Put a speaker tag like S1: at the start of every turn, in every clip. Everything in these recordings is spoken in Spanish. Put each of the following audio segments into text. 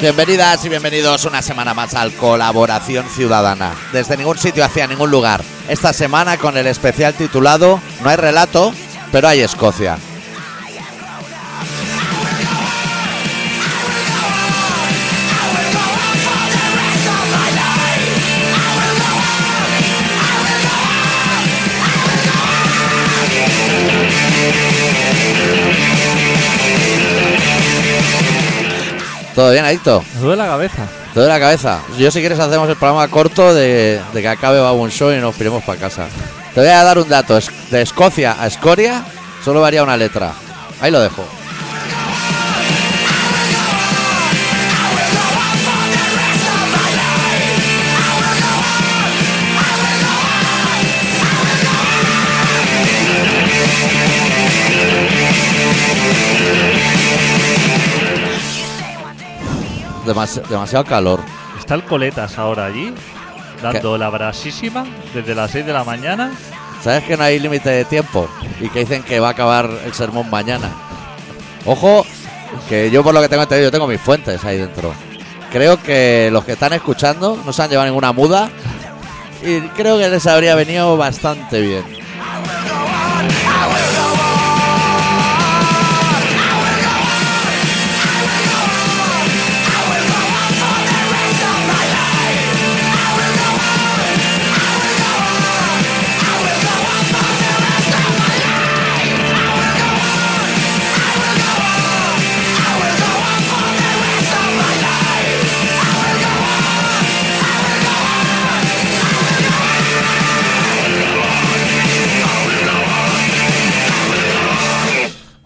S1: Bienvenidas y bienvenidos una semana más al Colaboración Ciudadana. Desde ningún sitio hacia ningún lugar. Esta semana con el especial titulado No hay relato, pero hay Escocia. ¿Todo bien, Adicto?
S2: Me duele la cabeza.
S1: ¿Todo de la cabeza? Yo si quieres hacemos el programa corto de, de que acabe Babun Show y nos piremos para casa. Te voy a dar un dato. Es- De Escocia a Escoria solo varía una letra. Ahí lo dejo. Demasi- demasiado calor.
S2: Está el Coletas ahora allí, dando la brasísima desde las 6 de la mañana.
S1: ¿Sabes que no hay límite de tiempo? Y que dicen que va a acabar el sermón mañana. Ojo, que yo por lo que tengo entendido, yo tengo mis fuentes ahí dentro. Creo que los que están escuchando no se han llevado ninguna muda. Y creo que les habría venido bastante bien.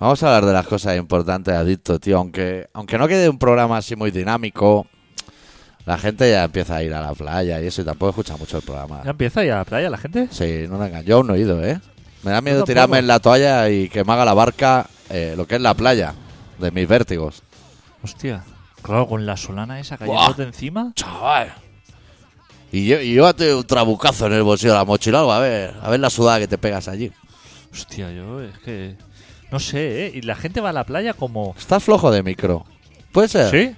S1: Vamos a hablar de las cosas importantes, Adicto, tío. Aunque, aunque no quede un programa así muy dinámico, la gente ya empieza a ir a la playa y eso, y tampoco escucha mucho el programa.
S2: ¿Ya empieza ya la playa la gente?
S1: Sí, no me engaño. Yo aún no he ido, ¿eh? Me da miedo
S2: tampoco.
S1: tirarme en la toalla y que me haga la barca eh, lo que es la playa de mis vértigos.
S2: Hostia. Claro, con la solana esa
S1: Buah.
S2: cayéndote encima.
S1: Chaval. Y, yo, y llévate un trabucazo en el bolsillo de la mochila, algo, a ver, a ver la sudada que te pegas allí.
S2: Hostia, yo es que. No sé, ¿eh? Y la gente va a la playa como.
S1: Estás flojo de micro. ¿Puede ser?
S2: ¿Sí?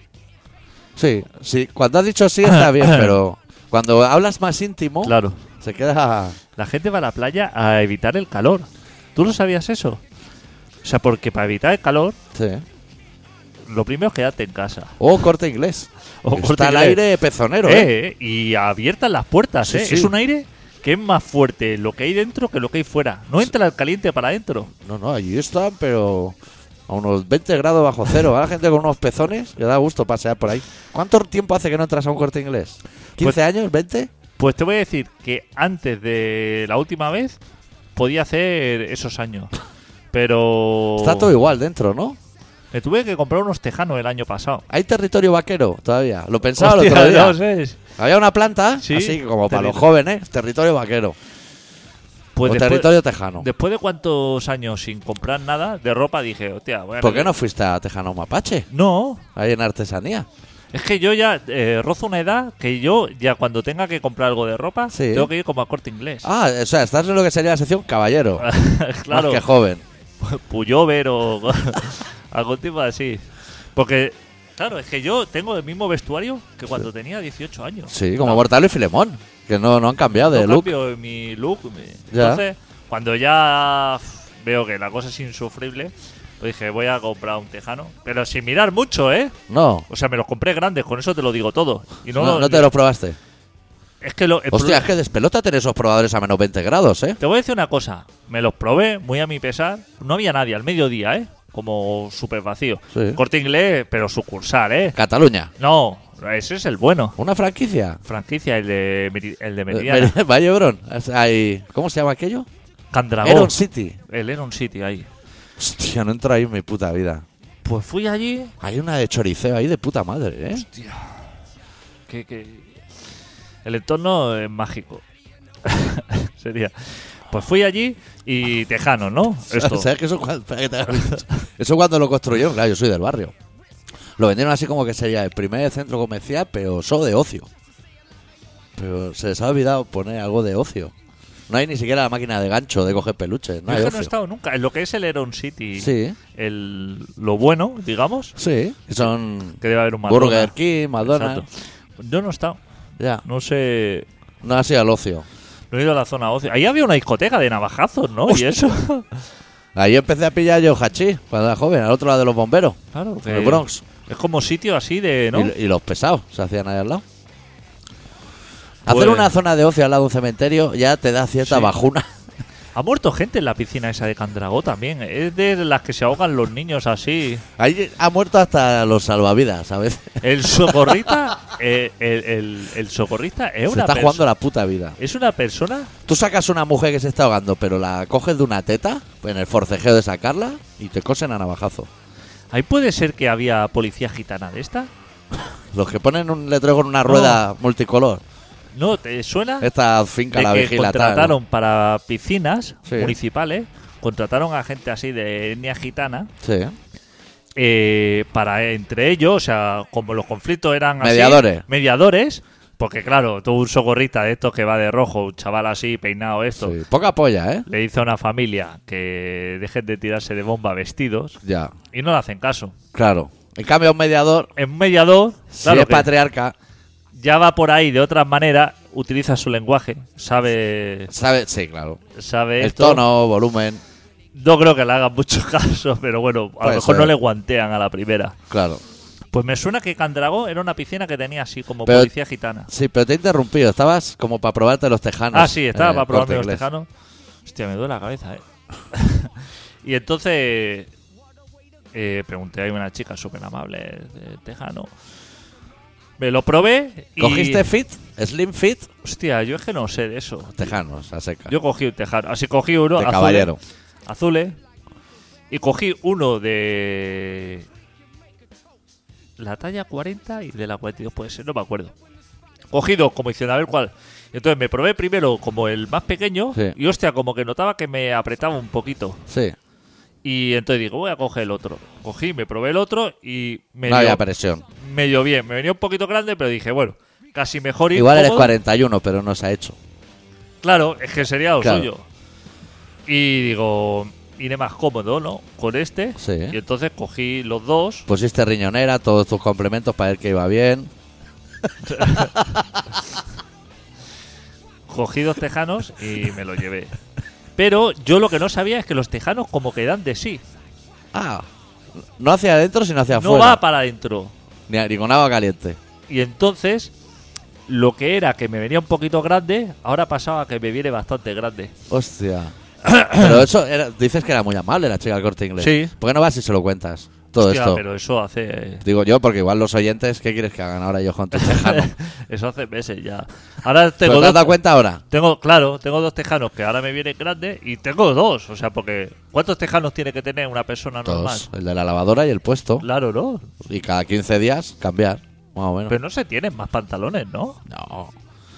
S1: Sí, sí. Cuando has dicho sí está bien, pero cuando hablas más íntimo,
S2: Claro.
S1: se queda...
S2: La gente va a la playa a evitar el calor. ¿Tú no sabías eso? O sea, porque para evitar el calor,
S1: Sí.
S2: lo primero es quedarte en casa.
S1: O corte inglés.
S2: O
S1: está
S2: Corte
S1: el
S2: Inglés.
S1: aire pezonero, ¿eh?
S2: Eh, eh, Y abiertas las puertas,
S1: Sí,
S2: ¿eh?
S1: sí.
S2: Es un aire que es más fuerte lo que hay dentro que lo que hay fuera. No entra el caliente para adentro.
S1: No, no, allí están, pero a unos 20 grados bajo cero. Va la gente con unos pezones, le da gusto pasear por ahí. ¿Cuánto tiempo hace que no entras a un corte inglés? ¿15
S2: Pues-
S1: años? ¿20?
S2: Pues te voy a decir que antes de la última vez podía hacer esos años. Pero.
S1: Está todo igual dentro, ¿no?
S2: Me tuve que comprar unos tejanos el año pasado.
S1: Hay territorio vaquero todavía. Lo pensaba el
S2: Hostia, eh. Pues
S1: otro día.
S2: no sé.
S1: Había una planta,
S2: Sí,
S1: así como para
S2: terri-
S1: los jóvenes, territorio vaquero.
S2: Pues
S1: o
S2: después,
S1: territorio tejano.
S2: después de cuántos años sin comprar nada de ropa dije, hostia, voy a
S1: ¿Por qué no
S2: arreglar-
S1: fuiste a Tejano Mapache?
S2: No,
S1: Ahí en artesanía.
S2: Es que yo ya eh, rozo una edad que yo ya cuando tenga que comprar algo de ropa
S1: Sí.
S2: tengo que ir como a corte inglés.
S1: Ah, o sea, estás en lo que sería la sección caballero.
S2: claro,
S1: Más que joven.
S2: pullover o algún tipo así. Porque, claro, es que yo tengo el mismo vestuario que cuando tenía 18 años.
S1: Sí, como
S2: No,
S1: Mortalo y Filemón. Que no, no han cambiado de
S2: no
S1: look.
S2: cambio mi look. mi-
S1: Ya.
S2: Entonces, cuando ya f- veo que la cosa es insufrible, pues dije, voy a comprar un tejano. Pero sin mirar mucho, ¿eh?
S1: No.
S2: O sea, me los compré grandes, con eso te lo digo todo. Y no,
S1: No, no te los probaste.
S2: Es que lo, el
S1: Hostia,
S2: problema-
S1: es que despelota tener esos probadores a menos 20 grados, ¿eh?
S2: Te voy a decir una cosa. Me los probé, muy a mi pesar. No había nadie al mediodía, ¿eh? Como súper vacío.
S1: Sí.
S2: Corte inglés, pero sucursal, ¿eh?
S1: Cataluña.
S2: No, ese es el bueno.
S1: Una franquicia.
S2: Franquicia, el de, Meri- el de Meridiana.
S1: Meri- Valle Hebrón. Es- hay- ¿Cómo se llama aquello?
S2: Candragón.
S1: Heron City.
S2: El Eron City, ahí.
S1: Hostia, no entra ahí en mi puta vida.
S2: Pues fui allí.
S1: Hay una de choriceo ahí de puta madre, ¿eh?
S2: Que, que- El entorno es mágico. Sería. Pues fui allí y tejano, ¿no? Esto.
S1: ¿Sabes que eso, cuando, espera que te haga- eso cuando lo construyeron? Claro, yo soy del barrio. Lo vendieron así como que sería el primer centro comercial, pero solo de ocio. Pero se les ha olvidado poner algo de ocio. No hay ni siquiera la máquina de gancho de coger peluches. No hay
S2: Yo es que no
S1: ocio.
S2: he estado nunca. En lo que es el Heron City,
S1: Sí,
S2: el, lo bueno, digamos,
S1: sí. Y son
S2: que debe haber un McDonald's.
S1: Burger King,
S2: Exacto.
S1: McDonald's.
S2: ¿eh? Yo no he estado.
S1: Ya.
S2: No sé.
S1: No ha sido al ocio.
S2: No he ido a la zona ocio. Ahí había una discoteca de navajazos, ¿no? Y eso.
S1: Ahí empecé a pillar yo hachís cuando era joven, al otro lado de los bomberos,
S2: claro, que
S1: en el Bronx.
S2: Es como sitio así de. Ah, ¿no?
S1: Y, y los pesados se hacían ahí al lado.
S2: Pues-
S1: Hacer una zona de ocio al lado de un cementerio ya te da cierta
S2: Sí.
S1: bajuna.
S2: Ha muerto gente en la piscina esa de Candragó también. Es de las que se ahogan los niños así.
S1: Ahí ha muerto hasta los salvavidas a veces.
S2: El socorrista. eh, el, el- el socorrista es
S1: Se
S2: una
S1: está
S2: perso-
S1: jugando la puta vida.
S2: Es una persona.
S1: Tú sacas una mujer que se está ahogando, pero la coges de una teta, en el forcejeo de sacarla, y te cosen a navajazo.
S2: Ahí puede ser que había policía gitana de esta.
S1: Los que ponen un letrero con
S2: Oh.
S1: una rueda multicolor.
S2: ¿No te suena?
S1: Esta finca
S2: de
S1: la
S2: que
S1: vigila tal.
S2: contrataron para piscinas
S1: Sí.
S2: municipales, contrataron a gente así de etnia gitana,
S1: Sí.
S2: eh, para entre ellos, o sea, como los conflictos eran así,
S1: Mediadores.
S2: mediadores, porque claro, tú un socorrista de estos que va de rojo, un chaval así peinado esto,
S1: sí. Poca polla, ¿eh?
S2: le dice a una familia que dejen de tirarse de bomba vestidos
S1: Ya,
S2: y no le hacen caso.
S1: claro. En cambio, un mediador,
S2: En un mediador,
S1: si
S2: claro
S1: es
S2: que
S1: patriarca,
S2: ya va por ahí de otras maneras, utiliza su lenguaje, sabe,
S1: sabe. Sí, claro.
S2: sabe
S1: El
S2: esto.
S1: tono, volumen,
S2: No creo que le hagan mucho caso, pero bueno, a lo
S1: Puede
S2: mejor
S1: ser.
S2: no le guantean a la primera.
S1: claro.
S2: Pues me suena que Candragó era una piscina que tenía así como
S1: Pero-
S2: policía gitana.
S1: Sí, pero te he interrumpido. Estabas como para probarte los tejanos.
S2: Ah, sí, estaba
S1: en el
S2: para
S1: Eh, Corte
S2: probarme los
S1: Inglés.
S2: tejanos. Hostia, me duele la cabeza, eh. y entonces eh, pregunté a una chica súper amable de Tejano. Me lo probé y.
S1: ¿Cogiste fit? ¿Slim fit?
S2: Hostia, yo es que no sé de eso.
S1: Tejanos, a seca.
S2: Yo cogí un tejano. Así cogí uno.
S1: de
S2: azul, ¿eh?
S1: caballero.
S2: azules y cogí uno de la talla 40 y de la 42 puede ser, no me acuerdo. Cogí dos, como diciendo, a ver cuál. Entonces me probé primero como el más pequeño
S1: Sí.
S2: y hostia, como que notaba que me apretaba un poquito.
S1: Sí,
S2: Y entonces digo, voy a coger el otro. Cogí, me probé el otro y me
S1: no
S2: dio,
S1: había presión.
S2: medio bien. Me venía un poquito grande, pero dije, bueno, casi mejor ir
S1: Igual eres
S2: cómodo.
S1: 41, pero no se ha hecho.
S2: Claro, es que sería lo
S1: Claro.
S2: suyo. Y digo, iré más cómodo, ¿no? Con este.
S1: Sí.
S2: Y entonces cogí los dos.
S1: Pusiste riñonera, todos tus complementos para ver que iba bien.
S2: cogí dos tejanos y me lo llevé. Pero yo lo que no sabía es que los tejanos como que dan de sí.
S1: Ah, no hacia adentro, sino hacia
S2: No
S1: afuera.
S2: va para adentro.
S1: Ni, ni con agua caliente.
S2: Y entonces, lo que era que me venía un poquito grande, ahora pasaba que me viene bastante grande.
S1: Hostia. pero eso, era- dices que era muy amable la chica del corte inglés.
S2: Sí.
S1: ¿Por qué no vas y se lo cuentas? Todo
S2: Hostia,
S1: esto.
S2: pero eso hace...
S1: Digo yo, porque igual los oyentes, ¿qué quieres que hagan ahora ellos con tus tejanos?
S2: eso hace meses ya. Ahora
S1: ¿Pero
S2: tengo
S1: ¿Te has
S2: dos,
S1: dado cuenta ahora?
S2: Tengo, claro, tengo dos tejanos que ahora me vienen grandes y tengo dos, o sea, porque ¿cuántos tejanos tiene que tener una persona normal?
S1: Todos. El de la lavadora y el puesto.
S2: Claro, ¿no?
S1: Y cada 15 días cambiar. Más o menos.
S2: Pero no se tienen más pantalones, ¿no?
S1: no.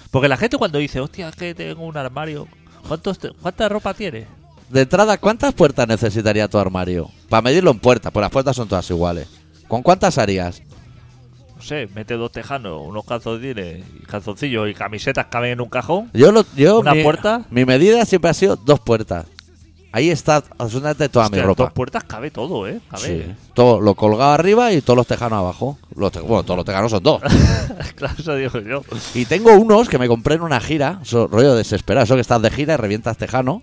S2: Porque la gente cuando dice, hostia, es que tengo un armario, ¿cuántos te- ¿cuánta ropa tiene?
S1: De entrada, ¿cuántas puertas necesitaría tu armario? Para medirlo en puertas, pues las puertas son todas iguales. ¿Con cuántas harías?
S2: No sé, mete dos tejanos, unos calzoncillos, y calzoncillos y camisetas caben en un cajón.
S1: Yo, lo, yo
S2: ¿Una
S1: mi,
S2: puerta?
S1: Mi medida siempre ha sido dos puertas. Ahí está absolutamente toda Ah,
S2: Hostia,
S1: mi
S2: en
S1: ropa.
S2: dos puertas cabe todo, ¿eh? A
S1: Sí.
S2: ver.
S1: Todo lo colgado arriba y todos los tejanos abajo. Los te- bueno, todos los tejanos son dos.
S2: claro, eso digo yo.
S1: y tengo unos que me compré en una gira, eso, rollo desesperado, eso que estás de gira y revientas tejano.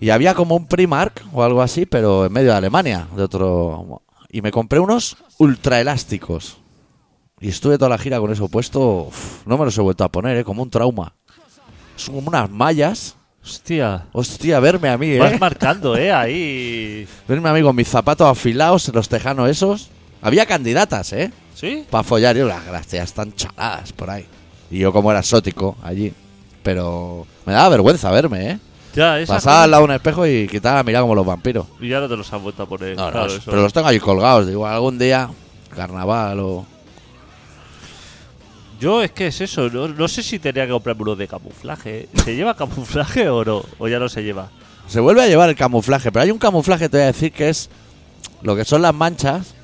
S1: Y había como un Primark o algo así, pero en medio de Alemania, de otro. Y me compré unos ultraelásticos. Y estuve toda la gira con eso puesto. uf, no me los he vuelto a poner, ¿eh? como un trauma. Son como unas mallas.
S2: Hostia.
S1: Hostia, verme a mí, ¿eh?
S2: Vas marcando, ¿eh? Ahí.
S1: Verme a mí con mis zapatos afilados, los tejanos esos. Había candidatas, ¿eh?
S2: ¿Sí?
S1: Para follar, yo las gracias están chaladas por ahí. Y yo como era exótico allí. Pero me daba vergüenza verme, ¿eh?
S2: Ya, esa
S1: Pasaba al lado de un espejo y quitaba la mirada como los vampiros.
S2: Y ya no te los han vuelto a poner.
S1: No, no,
S2: claro,
S1: es-
S2: eso.
S1: pero los tengo ahí colgados. Digo, algún día, carnaval o...
S2: Yo es que es eso, no, no sé si tenía que comprarme uno de camuflaje. ¿Se lleva camuflaje o no? ¿O ya no se lleva?
S1: Se vuelve a llevar el camuflaje, pero hay un camuflaje, te voy a decir, que es... Lo que son las manchas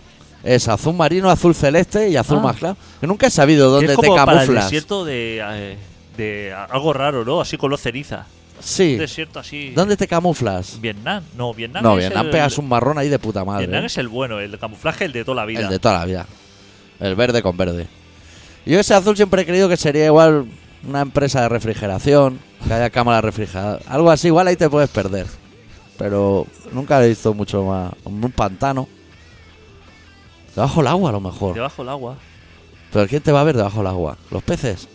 S1: es azul marino, azul celeste y azul
S2: Ah.
S1: más claro. Que nunca he sabido
S2: Que
S1: dónde
S2: es como
S1: te
S2: para el
S1: camuflas.
S2: desierto de, eh, de a- algo raro, ¿no? Así con los ceniza.
S1: Sí.
S2: Un desierto así.
S1: ¿Dónde te camuflas?
S2: Vietnam. No, Vietnam
S1: No,
S2: es
S1: Vietnam
S2: el,
S1: pegas un marrón ahí de puta madre.
S2: Vietnam
S1: ¿eh?
S2: es el bueno, el camuflaje, el de toda la vida.
S1: El de toda la vida. El verde con verde. Yo ese azul siempre he creído que sería igual una empresa de refrigeración, que haya cámara refrigerada. Algo así, igual ahí te puedes perder. Pero nunca he visto mucho más. Un pantano. Debajo del agua a lo mejor.
S2: Debajo del agua.
S1: Pero ¿quién te va a ver debajo del agua? ¿Los peces?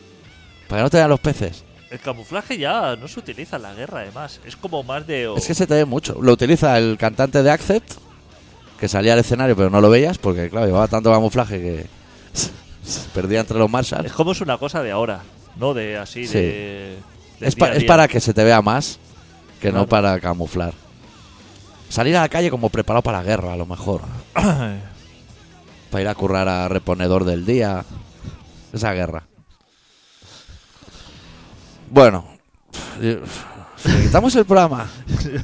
S1: Para que no te vean los peces.
S2: El camuflaje ya no se utiliza en la guerra, además. Es como más de.
S1: Es que se te ve mucho. Lo utiliza el cantante de Accept, que salía al escenario pero no lo veías porque, claro, llevaba tanto camuflaje que se perdía entre los marshalls.
S2: Es como es una cosa de ahora, ¿no? De así,
S1: Sí.
S2: de. del
S1: Es,
S2: día
S1: pa-
S2: a
S1: es
S2: día.
S1: para que se te vea más que
S2: Claro.
S1: no para camuflar. Salir a la calle como preparado para la guerra, a lo mejor. Para ir a currar a reponedor del día. Esa guerra. Bueno. yo- Quitamos el programa.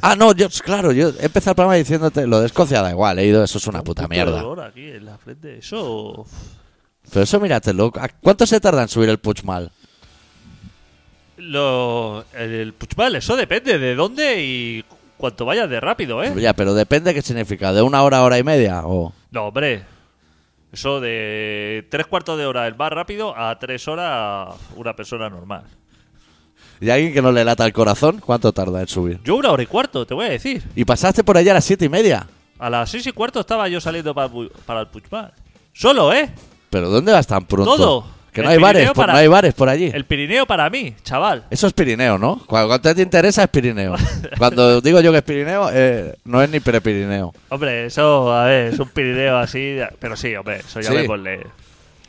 S1: Ah, no, yo, claro, yo he empezado el programa diciéndote lo de Escocia da igual, he ido, eso es una
S2: Un
S1: puta
S2: puto
S1: mierda.
S2: dolor aquí en la frente. Eso.
S1: Pero eso míratelo. ¿A ¿Cuánto se tarda en subir el Puchmal?
S2: Lo, el, el Puchmal, eso depende de dónde y cu- cuánto vayas de rápido, ¿eh?
S1: Ya, pero depende qué significa, ¿de una hora, hora y media? O...
S2: No, hombre. Eso de tres cuartos de hora el más rápido a tres horas una persona normal.
S1: ¿Y alguien que no le lata el corazón? ¿Cuánto tarda en subir?
S2: Yo una hora y cuarto, te voy a decir.
S1: Y pasaste por allá a las siete y media.
S2: A las seis y cuarto estaba yo saliendo para, para el Puchmal. Solo, ¿eh?
S1: ¿Pero dónde vas tan pronto?
S2: Todo.
S1: Que
S2: El
S1: no hay bares,
S2: Pirineo
S1: por-
S2: para-
S1: no hay bares por allí.
S2: El Pirineo para mí, chaval.
S1: Eso es Pirineo, ¿no? Cuando cuando te interesa es Pirineo. Cuando digo yo que es Pirineo, eh, no es ni prepirineo.
S2: Hombre, eso, a ver, es un Pirineo así. Pero sí, hombre, eso ya
S1: Sí.
S2: me ponle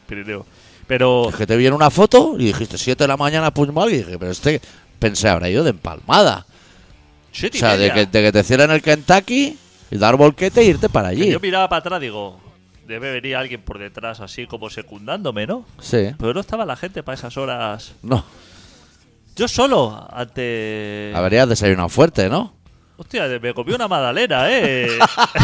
S2: Pirineo. Pero.
S1: Es que te vi en una foto y dijiste 7 de la mañana Puchmal y dije, pero este pensé habrá ido de empalmada. O
S2: siete y
S1: sea, de
S2: media.
S1: que, de que te cierren el Kentucky y dar volquete e irte para
S2: Que
S1: allí.
S2: Yo miraba para atrás, digo, debe venir alguien por detrás, así como secundándome, ¿no?
S1: Sí.
S2: Pero no estaba la gente para esas horas.
S1: No.
S2: Yo solo, ante.
S1: Habrías desayunado fuerte, ¿no?
S2: Hostia, me comí una magdalena, ¿eh?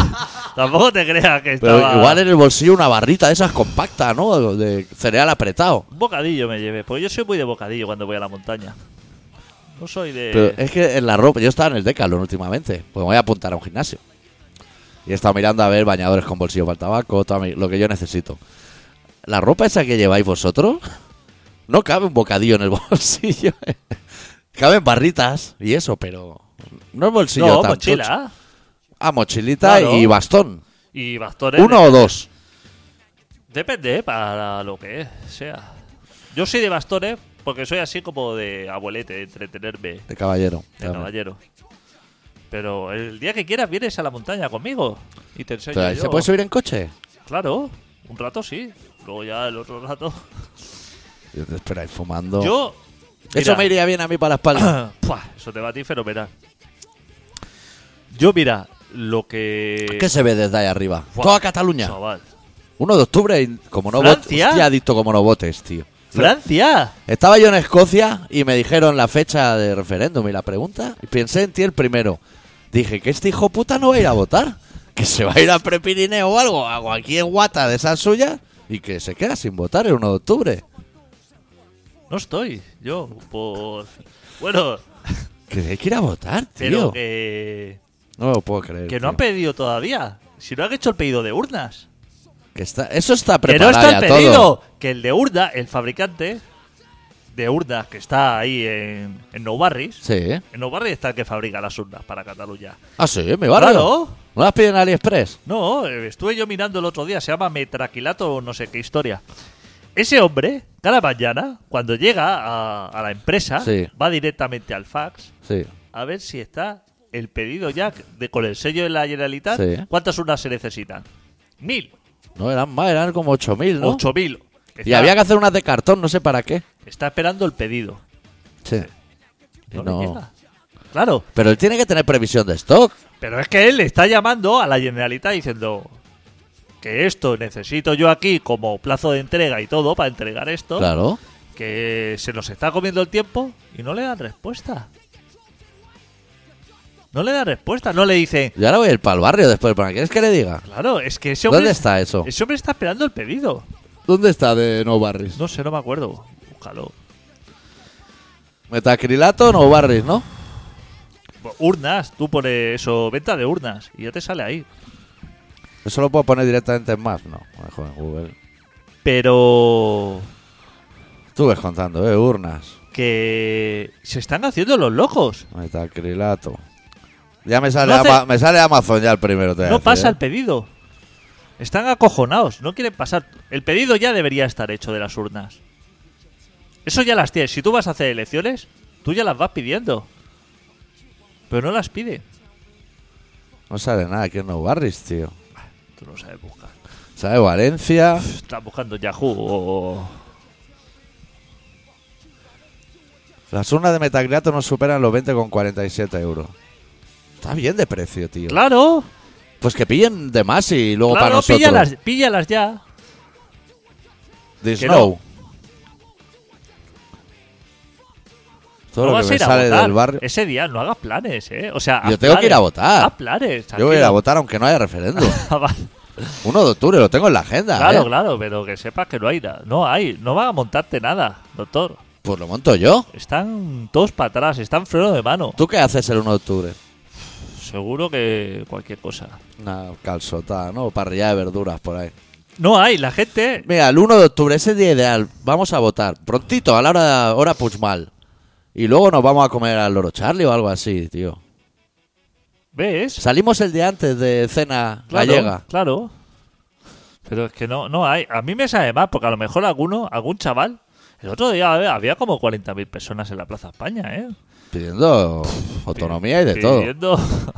S2: Tampoco te creas que
S1: Pero
S2: estaba.
S1: igual en el bolsillo una barrita de esas compactas, ¿no? De cereal apretado.
S2: Un bocadillo me llevé, porque yo soy muy de bocadillo cuando voy a la montaña. No soy de.
S1: Pero es que en la ropa, yo estaba en el Decathlon últimamente, pues me voy a apuntar a un gimnasio. Y he estado mirando a ver bañadores con bolsillo para el tabaco, toda mi- lo que yo necesito. La ropa esa que lleváis vosotros, no cabe un bocadillo en el bolsillo. Caben barritas y eso, pero no el bolsillo
S2: no,
S1: tan tocho.
S2: mochila.
S1: Ah, mochilita
S2: Claro.
S1: y bastón.
S2: Y bastones.
S1: Uno o dos.
S2: Depende, ¿eh? para lo que sea. Yo soy de bastones porque soy así como de abuelete, de entretenerme.
S1: De caballero.
S2: de
S1: También.
S2: caballero. Pero el día que quieras vienes a la montaña conmigo y te enseño.
S1: Pero ahí
S2: yo.
S1: ¿Se puede subir en coche?
S2: Claro, un rato sí. Luego ya el otro rato.
S1: Yo te espero ahí fumando.
S2: Yo.
S1: Eso
S2: mira,
S1: me iría bien a mí para la espalda.
S2: Puah, eso te va a ti fenomenal. Yo, mira, lo que.
S1: ¿Qué se ve desde ahí arriba?
S2: Buah,
S1: Toda Cataluña.
S2: chaval.
S1: 1 de octubre, y como no votes.
S2: ¿Francia?
S1: Ya adicto como no votes, tío.
S2: ¡Francia!
S1: Estaba yo en Escocia y me dijeron la fecha de referéndum y la pregunta. Y pensé en ti el primero. Dije que este hijo puta no va a ir a votar. Que se va a ir a Prepirineo o algo, a cualquier guata de esas suyas. Y que se queda sin votar el 1 de octubre.
S2: No estoy. Yo, por. Bueno,
S1: Que hay que ir a votar, tío.
S2: pero que.
S1: No me lo puedo creer.
S2: Que no han
S1: tío.
S2: pedido todavía. Si no han hecho el pedido de urnas.
S1: Que está- Eso está
S2: Que no
S1: preparado
S2: está el
S1: ya todo.
S2: pedido. Que el de Urda, el fabricante de urnas que está ahí en, en Nou Barris.
S1: Sí, ¿eh?
S2: En Nou Barris está el que fabrica las urnas para Cataluña.
S1: Ah, sí, mi barrio.
S2: Claro.
S1: ¿No las piden en AliExpress?
S2: No, eh, estuve yo mirando el otro día, se llama Metraquilato o no sé qué historia. Ese hombre, cada mañana, cuando llega a, a la empresa,
S1: Sí.
S2: va directamente al fax
S1: Sí.
S2: a ver si está el pedido ya de, con el sello de la Generalitat.
S1: Sí.
S2: ¿Cuántas urnas se necesitan? Mil.
S1: No, eran más, eran como 8.000, ¿no?
S2: Ocho mil.
S1: Y había que hacer unas de cartón, no sé para qué.
S2: está esperando el pedido.
S1: Sí.
S2: No,
S1: No.
S2: le llega. Claro,
S1: Pero él tiene que tener previsión de stock.
S2: pero es que él le está llamando a la Generalitat diciendo que esto necesito yo aquí como plazo de entrega y todo para entregar esto,
S1: Claro.
S2: que se nos está comiendo el tiempo y no le dan respuesta. No le dan respuesta, no le dicen,
S1: Yo ahora voy a ir para el barrio después. ¿Para qué es que le diga?
S2: claro, es que ese hombre,
S1: ¿Dónde está eso?
S2: ese hombre está esperando el pedido.
S1: ¿Dónde está de No Barris?
S2: No sé, no me acuerdo. Búscalo.
S1: Metacrilato no Barris, ¿no?
S2: Urnas, tú pones eso, venta de urnas, y ya te sale ahí.
S1: Eso lo puedo poner directamente en más, no. Mejor en Google.
S2: Pero
S1: Tú ves contando, ¿eh? Urnas.
S2: que se están haciendo los locos.
S1: Metacrilato. Ya me sale,
S2: No hace-
S1: Ama- me sale Amazon ya el primero. te voy a
S2: No
S1: decir,
S2: pasa
S1: ¿eh?
S2: el pedido. Están acojonados, no quieren pasar. El pedido ya debería estar hecho de las urnas. Eso ya las tienes. Si tú vas a hacer elecciones, tú ya las vas pidiendo. Pero no las pide.
S1: No sale nada que no Barris, tío.
S2: Tú no sabes buscar.
S1: Sale Valencia.
S2: Estás buscando en Yahoo o...
S1: Las urnas de metacrilato no superan los 20,47 euros. Está bien de precio, tío.
S2: Claro,
S1: Pues que pillen de más y luego para
S2: claro,
S1: nosotros.
S2: píllalas, píllalas ya.
S1: De
S2: Que
S1: Snow. Todo
S2: no
S1: lo
S2: vas
S1: que
S2: a
S1: me
S2: ir a
S1: sale
S2: votar
S1: del barrio.
S2: Ese día no hagas planes, ¿eh? O sea,
S1: Yo
S2: haz
S1: tengo que ir a
S2: planes,
S1: votar.
S2: Haz planes.
S1: Yo voy a ir a
S2: tranquilo.
S1: votar aunque no haya referéndum.
S2: Vale.
S1: 1 de octubre, lo tengo en la agenda.
S2: Claro,
S1: ¿eh?
S2: claro, pero que sepas que no hay nada. No hay, no va a montarte nada, doctor.
S1: Pues lo monto yo.
S2: Están todos para atrás, están freno de mano.
S1: ¿Tú qué haces el 1 de octubre?
S2: Seguro que cualquier cosa.
S1: Una calzotada, ¿no? Parrilla de verduras por ahí.
S2: No hay, la gente.
S1: Mira, el 1 de octubre, ese día ideal. Vamos a votar. Prontito, a la hora, hora Puchmal. Y luego nos vamos a comer al loro Charlie o algo así, tío.
S2: ¿Ves?
S1: Salimos el día antes de cena
S2: Claro,
S1: gallega.
S2: Claro. Pero es que no, no hay. A mí me sabe mal, porque a lo mejor alguno, algún chaval. El otro día eh, había como 40.000 personas en la Plaza España, ¿eh?
S1: Pidiendo autonomía y de todo.
S2: Pidiendo-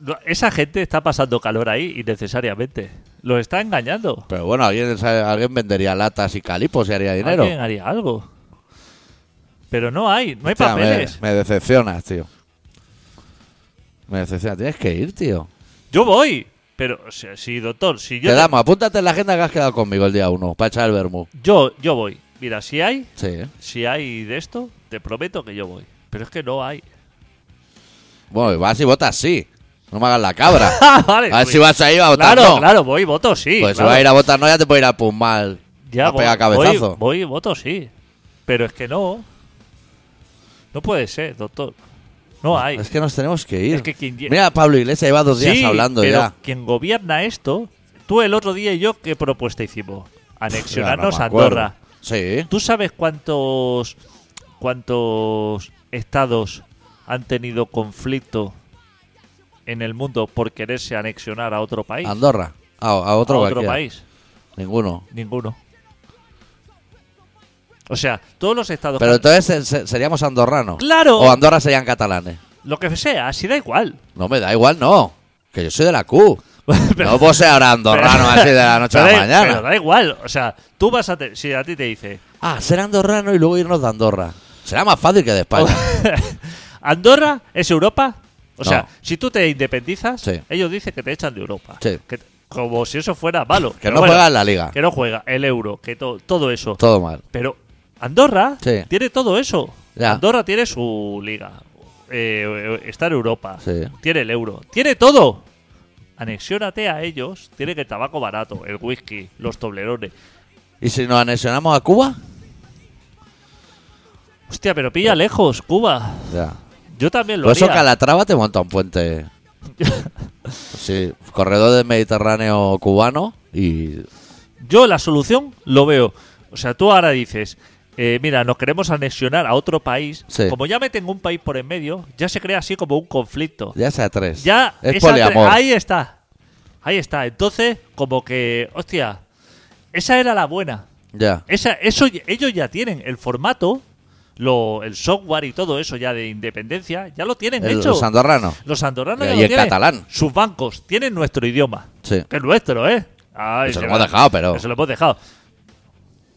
S2: No, Esa gente está pasando calor ahí innecesariamente. Los está engañando.
S1: Pero bueno, alguien, sabe- alguien vendería latas y calipos y haría dinero.
S2: Alguien haría algo. Pero no hay, no hay
S1: Hostia, me,
S2: papeles.
S1: me decepcionas, tío. Me decepcionas. Tienes que ir, tío.
S2: Yo voy. Pero, o sea, si, doctor, si yo,
S1: Te damos, apúntate en la agenda que has quedado conmigo el día 1 para echar el vermú.
S2: yo yo voy. Mira, si hay,
S1: Sí. ¿eh?
S2: si hay de esto, te prometo que yo voy. Pero es que no hay.
S1: Bueno, y vas y votas sí. No me hagas la cabra.
S2: Ah, vale.
S1: a ver
S2: voy.
S1: si vas a ir a votar
S2: claro,
S1: no.
S2: Ah, claro, voy, voto sí.
S1: pues
S2: claro.
S1: si vas a ir a votar no, ya te puedo ir a Pumal.
S2: Ya
S1: a pegar
S2: voy,
S1: cabezazo.
S2: Voy, voy, voto sí. Pero es que no. No puede ser, doctor. No hay.
S1: Es que nos tenemos que ir.
S2: Es que quien lle-
S1: Mira, Pablo Iglesias lleva dos días
S2: Sí,
S1: hablando
S2: pero
S1: ya.
S2: quien gobierna esto, tú el otro día y yo, ¿qué propuesta hicimos? Anexionarnos
S1: Ya, no me
S2: a
S1: acuerdo.
S2: Andorra.
S1: Sí.
S2: ¿Tú sabes cuántos cuántos estados han tenido conflicto en el mundo por quererse anexionar a otro país?
S1: Andorra. A, a otro,
S2: a otro
S1: cualquiera.
S2: país.
S1: Ninguno.
S2: Ninguno. O sea, todos los estados.
S1: Pero entonces se- se- seríamos andorranos.
S2: Claro.
S1: O Andorra serían catalanes.
S2: Lo que sea, así da igual.
S1: No me da igual, no. Que yo soy de la Q. no puedo ser ahora andorrano
S2: Pero-
S1: así de la noche a
S2: pero
S1: la
S2: da-
S1: mañana.
S2: Pero da igual. O sea, tú vas a. te- si a ti te dice.
S1: Ah, ser andorrano y luego irnos de Andorra. Será más fácil que de España.
S2: Andorra es Europa. O
S1: No.
S2: sea, si tú te independizas,
S1: Sí.
S2: ellos dicen que te echan de Europa.
S1: Sí.
S2: Que- como si eso fuera malo.
S1: que
S2: Pero
S1: no
S2: bueno,
S1: juega en la liga.
S2: Que no juega. El euro, que to- todo eso.
S1: Todo mal.
S2: Pero Andorra
S1: Sí.
S2: tiene todo eso.
S1: Ya.
S2: Andorra tiene su liga. Eh, está en Europa.
S1: Sí.
S2: Tiene el euro. Tiene todo. Anexiónate a ellos. Tiene que el tabaco barato, el whisky, los toblerones.
S1: ¿Y si nos anexionamos a Cuba?
S2: Hostia, pero pilla lejos, Cuba.
S1: Ya.
S2: Yo también lo
S1: Por eso
S2: haría.
S1: Calatrava te monta un puente. Sí, corredor del Mediterráneo cubano y
S2: Yo la solución lo veo. O sea, tú ahora dices, eh, mira, nos queremos anexionar a otro país.
S1: Sí.
S2: Como ya me tengo un país por en medio, ya se crea así como un conflicto.
S1: ya sea tres.
S2: Ya
S1: es
S2: esa-
S1: poliamor.
S2: Ahí está. Ahí está. Entonces, como que, hostia, esa era la buena.
S1: Ya.
S2: Esa, eso ya- ellos ya tienen el formato, lo, el software y todo eso ya de independencia, ya lo tienen
S1: El-
S2: hecho.
S1: los andorranos.
S2: Los andorranos
S1: Y
S2: ya
S1: el
S2: lo tienen.
S1: catalán.
S2: Sus bancos tienen nuestro idioma.
S1: Sí.
S2: Que es nuestro, ¿eh? Ay,
S1: Eso
S2: se
S1: lo
S2: va.
S1: hemos dejado, pero-
S2: Eso lo hemos dejado.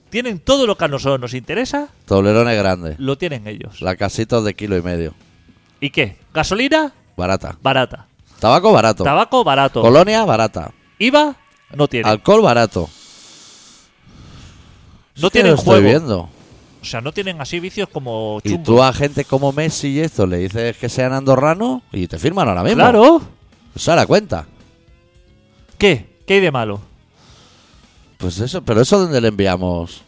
S2: Tienen todo lo que a nosotros nos interesa,
S1: Toblerones grandes.
S2: lo tienen ellos.
S1: La casitos de kilo y medio.
S2: ¿Y qué? Gasolina
S1: Barata.
S2: barata.
S1: Tabaco barato.
S2: Tabaco barato.
S1: Colonia barata.
S2: IVA no tienen.
S1: Alcohol barato.
S2: No
S1: Es que
S2: tienen
S1: lo estoy
S2: juego.
S1: viendo.
S2: O sea, no tienen así vicios como
S1: Y
S2: chungo.
S1: tú a gente como Messi y esto le dices que sean andorranos y te firman ahora mismo.
S2: Claro.
S1: Eso a la cuenta.
S2: ¿Qué? ¿Qué hay de malo?
S1: Pues eso, pero eso donde le enviamos.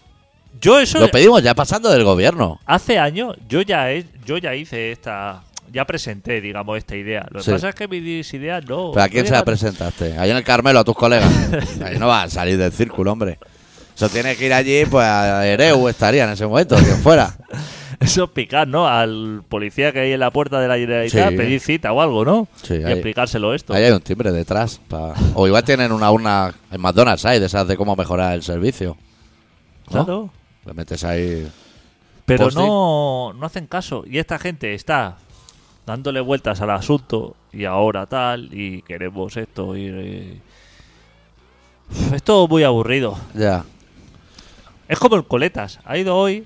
S2: Yo eso
S1: Lo pedimos ya pasando del gobierno.
S2: hace años yo ya he- yo ya hice esta ya presenté, digamos, esta idea. Lo que
S1: Sí.
S2: pasa es que mis ideas no.
S1: ¿Pero a quién
S2: no
S1: se la
S2: llegan-
S1: presentaste? Ahí en el Carmelo, a tus colegas. Ahí no vas a salir del círculo, hombre. Eso tiene que ir allí, pues a Ereu estaría en ese momento, quien fuera.
S2: Eso es picar, ¿no? Al policía que hay en la puerta de la Generalitat,
S1: Sí.
S2: pedir cita o algo, ¿no?
S1: Sí,
S2: y
S1: ahí-
S2: explicárselo esto.
S1: Ahí hay un timbre detrás. pa- O igual tienen una urna en McDonald's, hay de esas de cómo mejorar el servicio. ¿no?
S2: Claro.
S1: Le metes ahí.
S2: Pero
S1: Post-it.
S2: no, no hacen caso. Y esta gente está dándole vueltas al asunto y ahora tal, y queremos esto. Y, y- Uf, Es todo muy aburrido.
S1: Ya.
S2: Es como el Coletas. Ha ido hoy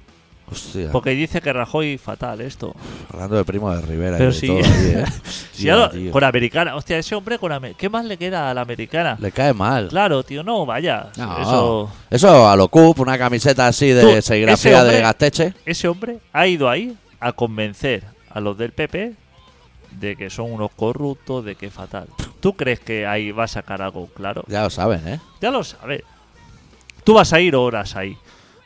S1: Hostia.
S2: porque dice que Rajoy fatal esto.
S1: Hablando de primo de Rivera. y
S2: Pero
S1: de
S2: sí.
S1: todo ahí, ¿eh?
S2: Si
S1: Tío,
S2: ya lo-
S1: tío.
S2: con americana. Hostia, ese hombre con americana. ¿Qué más le queda a la americana?
S1: Le cae mal.
S2: Claro, tío, no, vaya.
S1: No.
S2: Eso,
S1: Eso a lo cup, una camiseta así
S2: Tú,
S1: de
S2: ese
S1: serigrafía de
S2: hombre-
S1: Gasteche.
S2: ese hombre ha ido ahí a convencer a los del PP de que son unos corruptos, de que fatal. ¿Tú crees que ahí va a sacar algo claro?
S1: Ya lo saben, ¿eh?
S2: Ya lo sabes. Tú vas a ir horas ahí.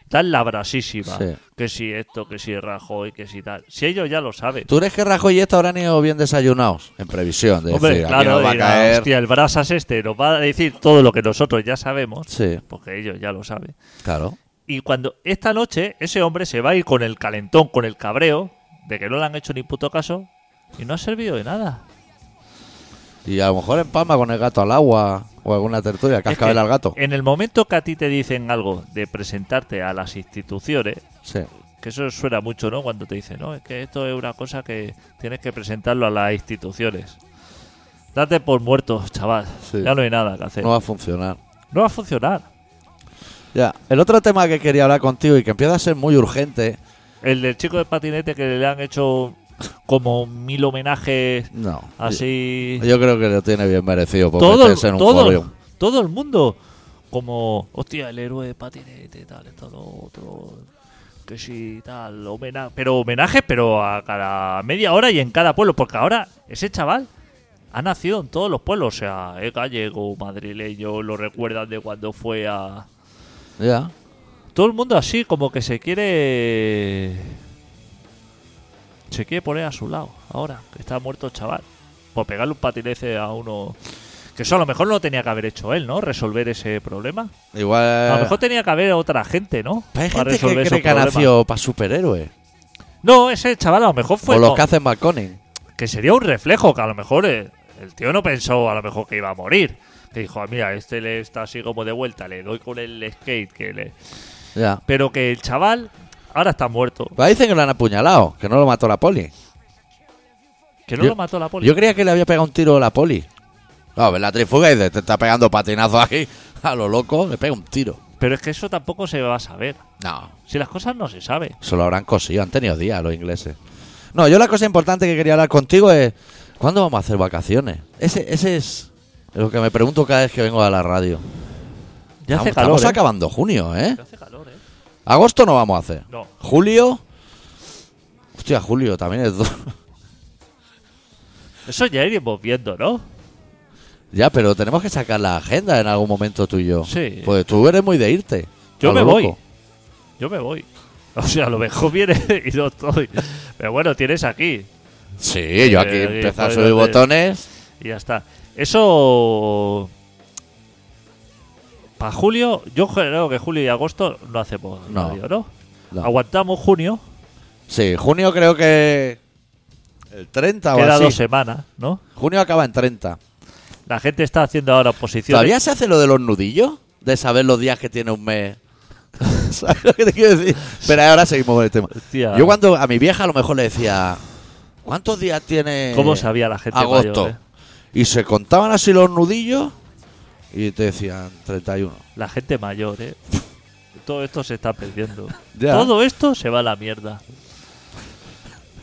S2: Tan la brasísima.
S1: Sí.
S2: Que si esto, que si Rajoy, que si tal. Si ellos ya lo saben.
S1: ¿Tú crees que Rajoy y esta habrán ido bien desayunados? En previsión, de
S2: Hombre,
S1: decir, aquí
S2: claro,
S1: nos va a
S2: dirá,
S1: caer.
S2: hostia, el brasas este nos va a decir todo lo que nosotros ya sabemos.
S1: Sí,
S2: Porque ellos ya lo saben.
S1: claro.
S2: Y cuando esta noche ese hombre se va a ir con el calentón, con el cabreo, de que no le han hecho ni puto caso, y no ha servido de nada.
S1: Y a lo mejor en Palma con el gato al agua o alguna tertulia,
S2: Es que
S1: cascabel al gato.
S2: En el momento que a ti te dicen algo de presentarte a las instituciones,
S1: Sí.
S2: que eso suena mucho, ¿no? Cuando te dicen, no, es que esto es una cosa que tienes que presentarlo a las instituciones. Date por muerto, chaval.
S1: Sí.
S2: Ya no hay nada que hacer.
S1: No va a funcionar.
S2: No va a funcionar.
S1: Ya, el otro tema que quería hablar contigo y que empieza a ser muy urgente.
S2: El del chico de patinete que le han hecho como mil homenajes
S1: No.
S2: así.
S1: Yo, yo creo que lo tiene bien merecido por
S2: Ah, todo,
S1: meterse en un
S2: todo,
S1: follón.
S2: todo el mundo como hostia el héroe de patinete tal esto lo otro que sí tal homenaje pero homenaje pero a cada media hora y en cada pueblo porque ahora ese chaval ha nacido en todos los pueblos o sea es gallego madrileño lo recuerdan de cuando fue a
S1: Ya.
S2: todo el mundo así como que se quiere se quiere poner a su lado ahora que está muerto el chaval por pegarle un patinete a uno que eso a lo mejor no tenía que haber hecho él no resolver ese problema
S1: Igual.
S2: a lo mejor tenía que haber otra gente no
S1: Eh. Pero hay gente
S2: resolver
S1: que
S2: esos
S1: cree que ha
S2: problemas.
S1: nacido para superhéroe.
S2: no ese chaval a lo mejor fue
S1: o los
S2: co-
S1: que hacen balconing.
S2: que sería un reflejo, que a lo mejor eh, el tío no pensó a lo mejor que iba a morir. Que dijo, "Ah, mira, este le está así como de vuelta, le doy con el skate, que le...
S1: Ya.
S2: Pero que el chaval ahora está muerto.
S1: Pero dicen que lo han apuñalado, que no lo mató la poli.
S2: Que no
S1: Yo-
S2: lo mató la poli.
S1: Yo creía que le había pegado un tiro a la poli. Claro, ves la trifuga y dices, te está pegando patinazo aquí. A lo loco, le pega un tiro.
S2: Pero es que eso tampoco se va a saber.
S1: No,
S2: Si las cosas no se sabe.
S1: Se lo habrán cosido, han tenido días los ingleses. No, yo la cosa importante que quería hablar contigo es, ¿cuándo vamos a hacer vacaciones? Ese, ese es lo que me pregunto cada vez que vengo a la radio. estamos
S2: Ya hace calor.
S1: estamos
S2: ¿eh?
S1: acabando junio, ¿eh?
S2: Ya hace calor, ¿eh?
S1: Agosto no vamos a hacer.
S2: No.
S1: Julio... Hostia, julio también es... duro.
S2: Eso ya iremos viendo, ¿no?
S1: ya, pero tenemos que sacar la agenda en algún momento tú y yo.
S2: Sí.
S1: Pues tú eres muy de irte.
S2: Yo
S1: a lo
S2: me voy.
S1: loco.
S2: Yo me voy. O sea, a lo mejor viene y no estoy. Pero bueno, tienes aquí.
S1: Sí, yo aquí
S2: Eh,
S1: empiezo a
S2: joder,
S1: subir
S2: ¿dónde?
S1: botones.
S2: Y ya está. Eso. Para julio, yo creo que julio y agosto no hacemos
S1: No.
S2: radio, ¿no?
S1: No.
S2: Aguantamos junio,
S1: Sí, junio creo que... El 30 o
S2: queda
S1: así.
S2: dos semanas, ¿no?
S1: Junio acaba en 30.
S2: La gente está haciendo ahora oposición.
S1: ¿Todavía se hace lo de los nudillos? De saber los días que tiene un mes. ¿Sabes lo que te quiero decir? Pero ahora seguimos con el tema.
S2: Hostia.
S1: Yo cuando a mi vieja a lo mejor le decía, ¿cuántos días tiene
S2: ¿Cómo sabía la gente
S1: eh, agosto?
S2: mayor, eh?
S1: Y se contaban así los nudillos y te decían 31.
S2: La gente mayor, ¿eh? Todo esto se está perdiendo.
S1: Ya.
S2: Todo esto se va a la mierda.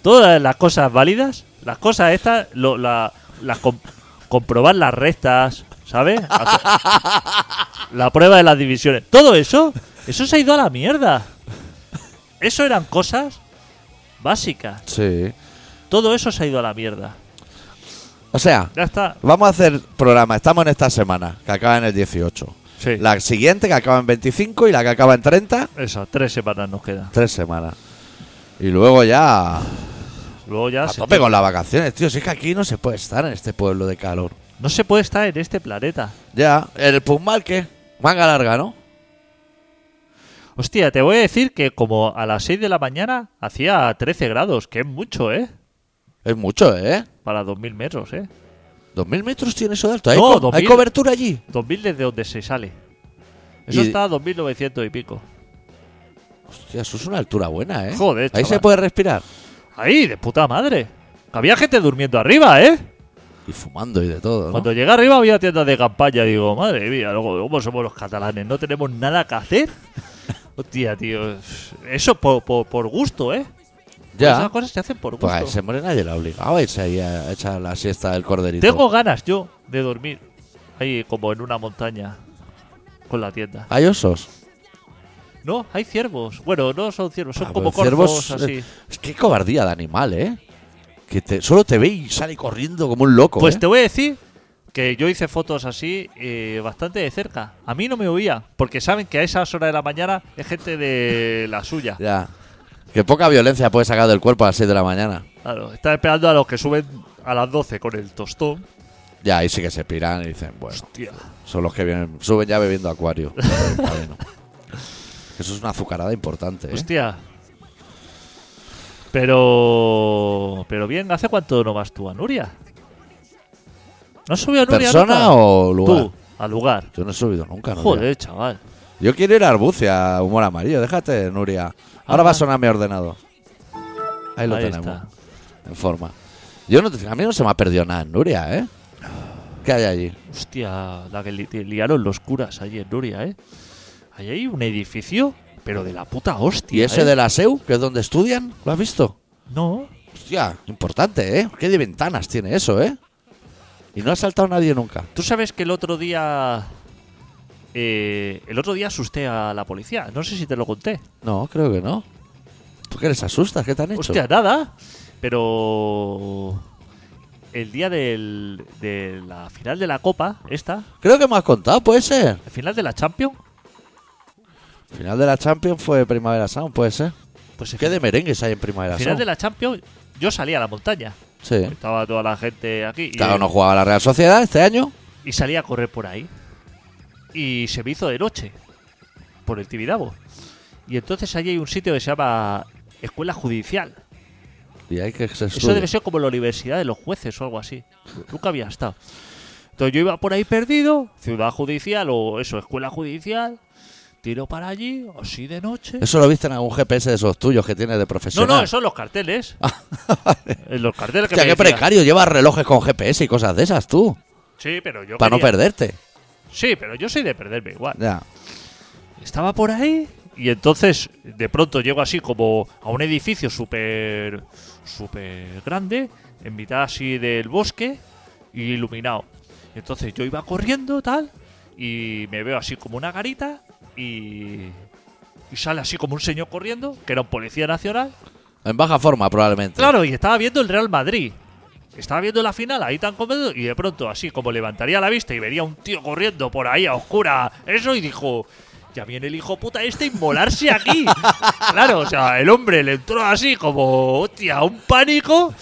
S2: Todas las cosas válidas, las cosas estas, lo- la- las com- comprobar las rectas, ¿sabes? Hacer- la prueba de las divisiones. Todo eso, eso se ha ido a la mierda. Eso eran cosas básicas.
S1: Sí.
S2: Todo eso se ha ido a la mierda.
S1: O sea,
S2: Ya está.
S1: vamos a hacer programa. Estamos en esta semana, que acaba en el 18.
S2: Sí.
S1: La siguiente que acaba en 25 y la que acaba en 30,
S2: Eso, tres semanas nos queda.
S1: tres semanas. Y luego ya
S2: Ah, Luego ya
S1: a
S2: se-
S1: tope con las vacaciones, tío. Si es que aquí no se puede estar en este pueblo de calor.
S2: No se puede estar en este planeta.
S1: Ya, el Puzmal, ¿qué? Manga larga, ¿no?
S2: Hostia, te voy a decir que como a las 6 de la mañana hacía 13 grados, que es mucho, ¿eh?
S1: Es mucho, ¿eh?
S2: Para 2.000 metros, ¿eh?
S1: 2.000 metros tiene eso de alto. ¿Hay,
S2: No,
S1: co-
S2: 2000.
S1: ¿Hay cobertura allí?
S2: 2.000 desde donde se sale. Eso
S1: Y-
S2: está a 2.900 y pico.
S1: Hostia, eso es una altura buena, ¿eh?
S2: Joder,
S1: Ahí
S2: chaval.
S1: se puede respirar.
S2: Ahí, de puta madre. Que había gente durmiendo arriba, ¿eh?
S1: Y fumando y de todo, ¿no?
S2: Cuando llegué arriba había tiendas de campaña. Digo, madre mía, luego, ¿cómo somos los catalanes? No tenemos nada que hacer. Hostia, tío. Eso por, por- por gusto, ¿eh? Esas
S1: ya.
S2: cosas se hacen por gusto.
S1: Pues a ese morena nadie la obligaba a irse ahí a echar la siesta del corderito.
S2: Tengo ganas yo de dormir ahí como en una montaña con la tienda.
S1: ¿Hay osos?
S2: No, hay ciervos. Bueno, no son ciervos, son
S1: Ah,
S2: como
S1: pero
S2: corvos
S1: eh,
S2: así.
S1: Es que cobardía de animal, ¿eh? Que te, solo te ve y sale corriendo como un loco.
S2: Pues
S1: ¿eh?
S2: te voy a decir que yo hice fotos así eh, bastante de cerca. A mí no me oía, porque saben que a esas horas de la mañana es gente de la suya.
S1: Ya. Que poca violencia puedes sacar del cuerpo a las 6 de la mañana.
S2: Claro, están esperando a los que suben a las 12 con el tostón.
S1: Ya, ahí sí que se piran y dicen, bueno,
S2: Hostia.
S1: son los que vienen, suben ya bebiendo acuario. del cadeno. Eso es una azucarada importante, ¿eh?
S2: Hostia. Pero. Pero bien, ¿hace cuánto no vas tú a Nuria? ¿No has subido a Nuria?
S1: ¿Persona
S2: nunca?
S1: o lugar?
S2: Tú, al lugar.
S1: Yo no he subido nunca, ¿no?
S2: Joder, chaval.
S1: Yo quiero ir a Arbucia, humor amarillo. Déjate, Nuria. Ahora
S2: Ajá.
S1: va a sonar mi ordenado. Ahí lo
S2: Ahí
S1: tenemos.
S2: está.
S1: En forma. Yo no, te- a mí no se me ha perdido nada en Nuria, ¿eh? ¿Qué hay allí?
S2: Hostia, la que li- te liaron los curas allí en Nuria, ¿eh? Ahí hay un edificio, pero de la puta hostia.
S1: ¿Y ese
S2: ¿eh?
S1: de la SEU, que es donde estudian? ¿Lo has visto?
S2: No.
S1: Hostia, importante, ¿eh? Qué de ventanas tiene eso, ¿eh? Y no ha saltado nadie nunca.
S2: Tú sabes que el otro día. eh, el otro día asusté a la policía. No sé si te lo conté.
S1: No, creo que no. ¿Tú qué les asustas? ¿Qué te han hecho?
S2: Hostia, nada. Pero. El día del, de la final de la Copa, esta,
S1: Creo que me has contado, puede ser.
S2: el final de la Champions,
S1: Final de la Champions fue Primavera Sound, puede ser.
S2: pues el
S1: ¿Qué de merengues hay en Primavera
S2: final
S1: Sound?
S2: de la Champions, yo salí a la montaña.
S1: Sí.
S2: Estaba toda la gente aquí. y-
S1: Claro, no jugaba la Real Sociedad este año.
S2: y salí a correr por ahí. Y se me hizo de noche, por el Tibidabo. Y entonces allí hay un sitio que se llama Escuela Judicial.
S1: Y hay que se
S2: Eso
S1: estudia.
S2: debe ser como la universidad de los jueces o algo así. Nunca había estado. Entonces yo iba por ahí perdido, ciudad judicial o eso, escuela judicial. Tiro para allí, así de noche.
S1: Eso lo viste en algún GPS de esos tuyos que tienes de
S2: No,
S1: profesional.
S2: no, eso en los carteles.
S1: Ah,
S2: En los carteles que
S1: Hostia,
S2: me
S1: qué
S2: decían.
S1: precario. Llevas relojes con GPS y cosas de esas tú.
S2: Sí, pero yo
S1: Para no
S2: quería-
S1: perderte.
S2: Sí, pero yo soy de perderme igual.
S1: Ya.
S2: Estaba por ahí y entonces de pronto llego así como a un edificio súper súper grande, en mitad así del bosque y iluminado. Entonces yo iba corriendo tal y me veo así como una garita y, y sale así como un señor corriendo, que era un policía nacional.
S1: En baja forma, probablemente.
S2: Claro, y estaba viendo el Real Madrid. Estaba viendo la final ahí tan cómodo y de pronto así como levantaría la vista y vería un tío corriendo por ahí a oscura, eso y dijo, ya viene el hijo puta este a inmolarse aquí. claro, o sea, el hombre le entró así como, hostia, un pánico.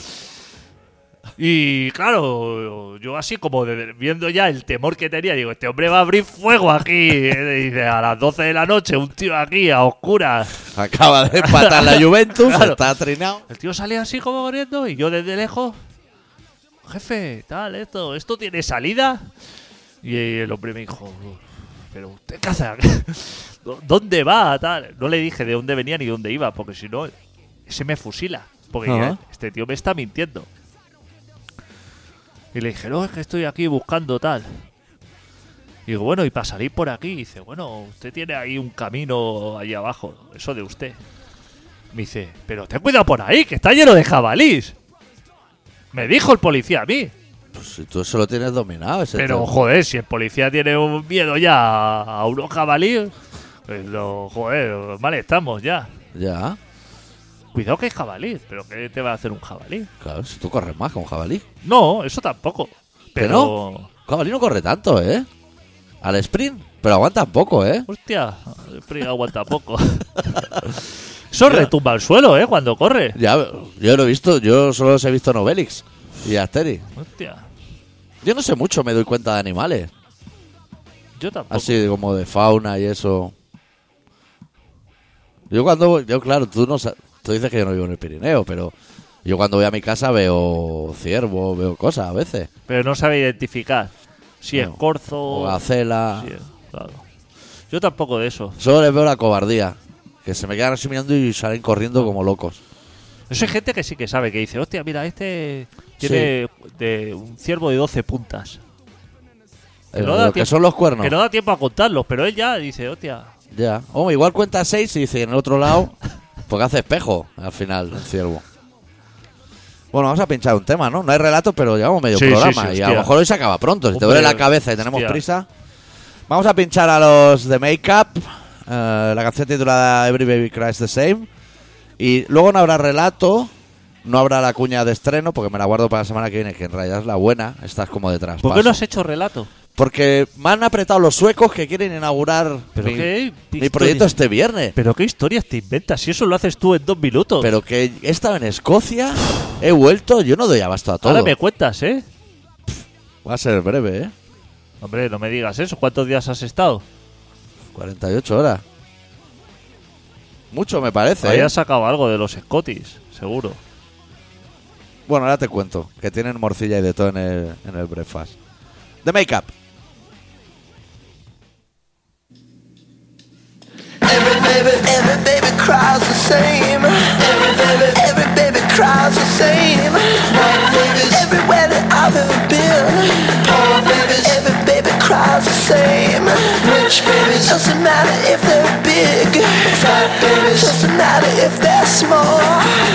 S2: Y claro, yo así como de- viendo ya el temor que tenía, digo, este hombre va a abrir fuego aquí. Y dice, a las 12 de la noche, un tío aquí a oscuras.
S1: Acaba de empatar la Juventus.
S2: Claro.
S1: Está trinado.
S2: El tío salía así como corriendo y yo desde lejos, jefe, tal, esto, esto tiene salida. Y el hombre me dijo, pero usted qué hace aquí? ¿Dó- ¿dónde va? Tal. No le dije de dónde venía ni dónde iba, porque si no, se me fusila. Porque
S1: Ajá.
S2: eh, este tío me está mintiendo. Y le dije, no, es que estoy aquí buscando tal. Y digo, bueno, y para salir por aquí, Y dice, bueno, usted tiene ahí un camino ahí abajo, eso de usted. Me dice, pero ten cuidado por ahí, que está lleno de jabalís. Me dijo el policía a mí.
S1: Pues si tú eso lo tienes dominado. Ese
S2: Pero
S1: tema.
S2: joder, si el policía tiene un miedo ya a a unos jabalíes, pues lo, joder, mal estamos ya.
S1: Ya.
S2: Cuidado que hay jabalí, pero ¿qué te va a hacer un jabalí?
S1: Claro, si tú corres más que un jabalí.
S2: No, eso tampoco.
S1: ¿Que
S2: Pero
S1: Un jabalí no corre tanto, ¿eh? Al sprint. Pero aguantan poco, ¿eh?
S2: Hostia, el frío aguanta poco. Eso retumba al suelo, ¿eh? Cuando corre.
S1: Ya, yo lo he visto, yo solo los he visto en Obelix y Asterix.
S2: Hostia,
S1: Yo no sé mucho, me doy cuenta de animales.
S2: yo tampoco.
S1: Así como de fauna y eso. Yo cuando voy- yo claro, tú no sa- tú dices que yo no vivo en el Pirineo, pero yo cuando voy a mi casa veo ciervo, veo cosas a veces,
S2: Pero no sabe identificar si
S1: No.
S2: es corzo
S1: o gacela.
S2: si es- claro. Yo tampoco de eso.
S1: Solo les veo la cobardía, que se me quedan así mirando y salen corriendo como locos.
S2: Eso hay gente que sí que sabe, que dice, hostia, mira, este tiene de un ciervo de 12 puntas. Que no
S1: Eh,
S2: da
S1: lo que
S2: tiempo-
S1: son los cuernos.
S2: Que no da tiempo a contarlos, pero él ya dice, hostia,
S1: Ya. Hombre, igual cuenta seis y dice en el otro lado. Porque hace espejo al final el ciervo. Bueno, vamos a pinchar un tema, ¿no? No hay relatos, pero llevamos medio
S2: Sí, sí,
S1: programa.
S2: sí,
S1: y a lo
S2: hostia.
S1: mejor hoy se acaba pronto. Si te
S2: Hombre,
S1: duele la cabeza y tenemos
S2: hostia.
S1: prisa. Vamos a pinchar a los de Make Up. eh, la canción titulada Every Baby Cries the Same. Y luego no habrá relato. No habrá la cuña de estreno porque me la guardo para la semana que viene, que en realidad es la buena. Estás como detrás.
S2: ¿por qué no has hecho relato?
S1: Porque me han apretado los suecos que quieren inaugurar
S2: Pero
S1: mi-
S2: qué
S1: mi
S2: historia-
S1: proyecto este viernes.
S2: Pero qué historias te inventas, si eso lo haces tú en dos minutos.
S1: Pero que he estado en Escocia, he vuelto, yo no doy abasto a todo.
S2: Ahora me cuentas, ¿eh?
S1: Va a ser breve, ¿eh?
S2: Hombre, no me digas eso. ¿Cuántos días has estado?
S1: 48 horas. Mucho me parece. ¿eh?
S2: Habías sacado algo de los Scotties, seguro.
S1: Bueno, ahora te cuento, que tienen morcilla y de todo en el, en el breakfast. The Make Up.
S3: Every baby, every baby cries the same. Every baby, every baby cries the same. Poor babies, everywhere that I've ever been. Poor babies, every baby cries the same. Rich babies, doesn't matter if they're big. Fat babies, doesn't matter if they're small.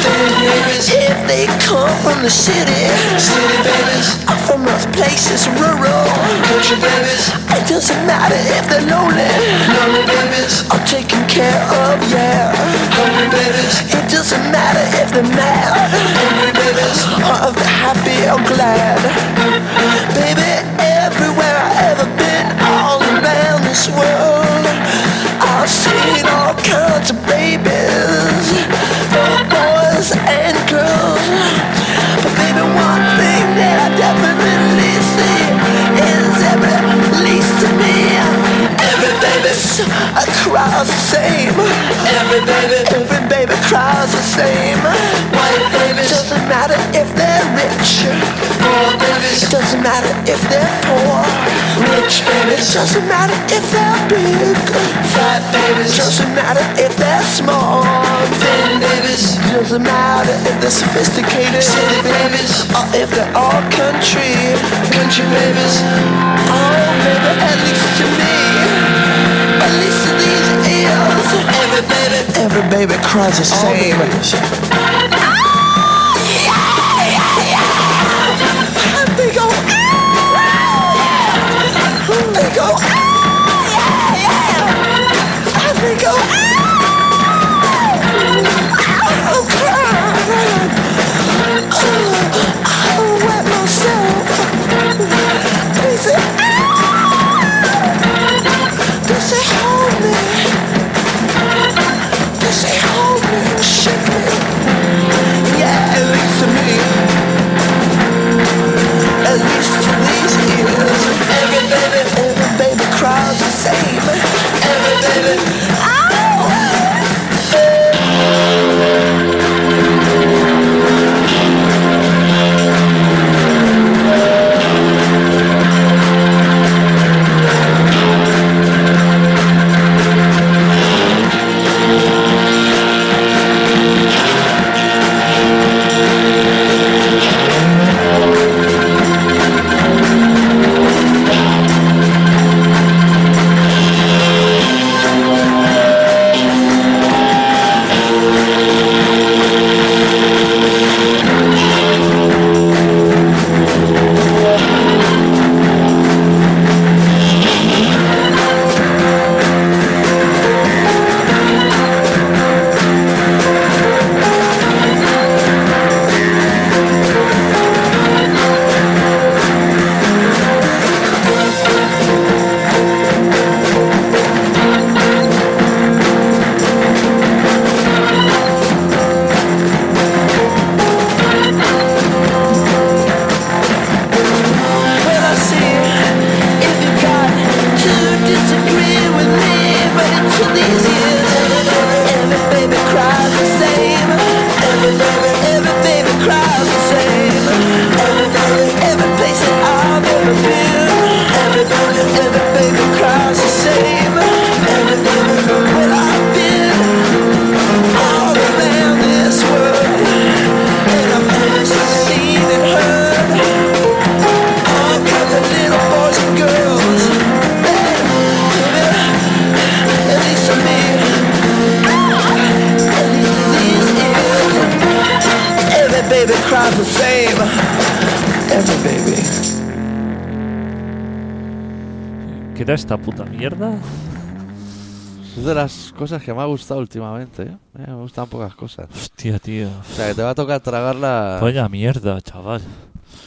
S3: Thin babies, if they come from the city. City babies, are from those places rural. Country babies, it doesn't matter if they're lonely. Lonely babies are taken care of, yeah. Hungry babies, it doesn't matter if they're mad. Hungry babies are of the happy or glad. Baby, everywhere I ever been, all around this world, I've seen all kinds of babies, both boys and girls. But baby, one thing that I definitely see is every least to me. Every baby cries the same. Every baby, every baby cries the same. White babies doesn't matter if they're rich. Poor babies it doesn't matter if they're poor. Rich babies it doesn't matter if they're big. Fat babies it doesn't matter if they're small. Thin babies it doesn't matter if they're sophisticated. City babies or if they're all country. Country babies, oh baby, at least to me. At least to these ears. Every baby, every baby cries the same. And they go, "Ah!" And they go, "Ah, yeah, yeah." And they go, "Ah, I'm crying. Oh, I wet myself. They say, "Ah!" They say, "Hold me." They say, "Hold me, shake me." oh, baby cries the same. Every baby.
S2: ¿Qué era esta puta mierda?
S1: Es de las cosas que me ha gustado últimamente. ¿eh? Eh, me gustan pocas cosas. Pues-
S2: Hostia, tío.
S1: O sea, que te va a tocar tragarla.
S2: Coña mierda, chaval.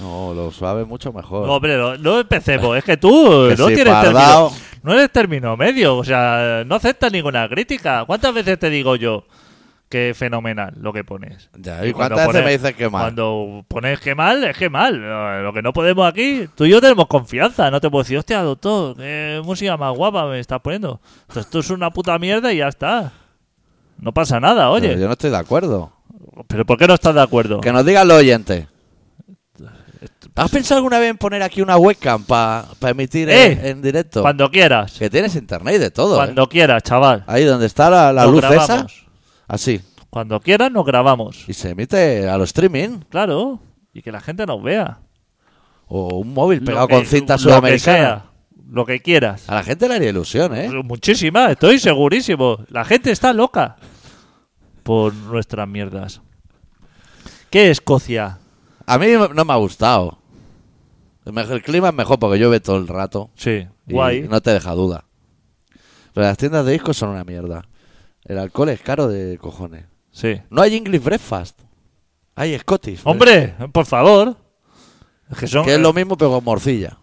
S1: No, lo suave mucho mejor.
S2: No, hombre, no, no empecemos. Es que tú
S1: Que
S2: no
S1: si
S2: tienes
S1: pardao.
S2: término. No eres término medio. O sea, no aceptas ninguna crítica. ¿Cuántas veces te digo yo que fenomenal lo que pones?
S1: Ya, ¿Y
S2: Cuando
S1: cuántas veces
S2: pones-
S1: me dices que mal?
S2: Cuando pones que mal, es que mal. Eh, Lo que no podemos aquí, tú y yo tenemos confianza. No te puedo decir, hostia, doctor, qué música más guapa me estás poniendo. Entonces, esto es una puta mierda y ya está. No pasa nada, oye. Oh.
S1: Pero
S2: Pero,
S1: yo no estoy de acuerdo.
S2: ¿por qué no estás de acuerdo?
S1: Que nos digan los oyentes. ¿Has pensado alguna vez en poner aquí una webcam para emitir en- en,
S2: ¡Eh!
S1: directo?
S2: Cuando quieras.
S1: Que tienes internet y de todo. ¿eh?
S2: Cuando quieras, chaval.
S1: Ahí donde está la, la
S2: Nos
S1: luz esa.
S2: grabamos.
S1: Así.
S2: Cuando quieras nos grabamos.
S1: Y se emite a los streaming.
S2: Claro. Y que la gente nos vea.
S1: O un móvil pegado
S2: Lo que-
S1: con cinta
S2: Lo que,
S1: sudamericana.
S2: sea, lo que quieras.
S1: A la gente le haría ilusión, ¿eh?
S2: Muchísima, estoy segurísimo. La gente está loca por nuestras mierdas. ¿Qué es Escocia?
S1: A mí no me ha gustado. El, mejor- el clima es mejor porque llueve todo el rato.
S2: Sí,
S1: Y
S2: guay.
S1: no te deja duda. Pero las tiendas de discos son una mierda. El alcohol es caro de cojones.
S2: Sí.
S1: No hay English breakfast. Hay Scottish.
S2: Hombre, por favor. Es que son. eh,
S1: breakfast, Que es lo mismo pero con morcilla.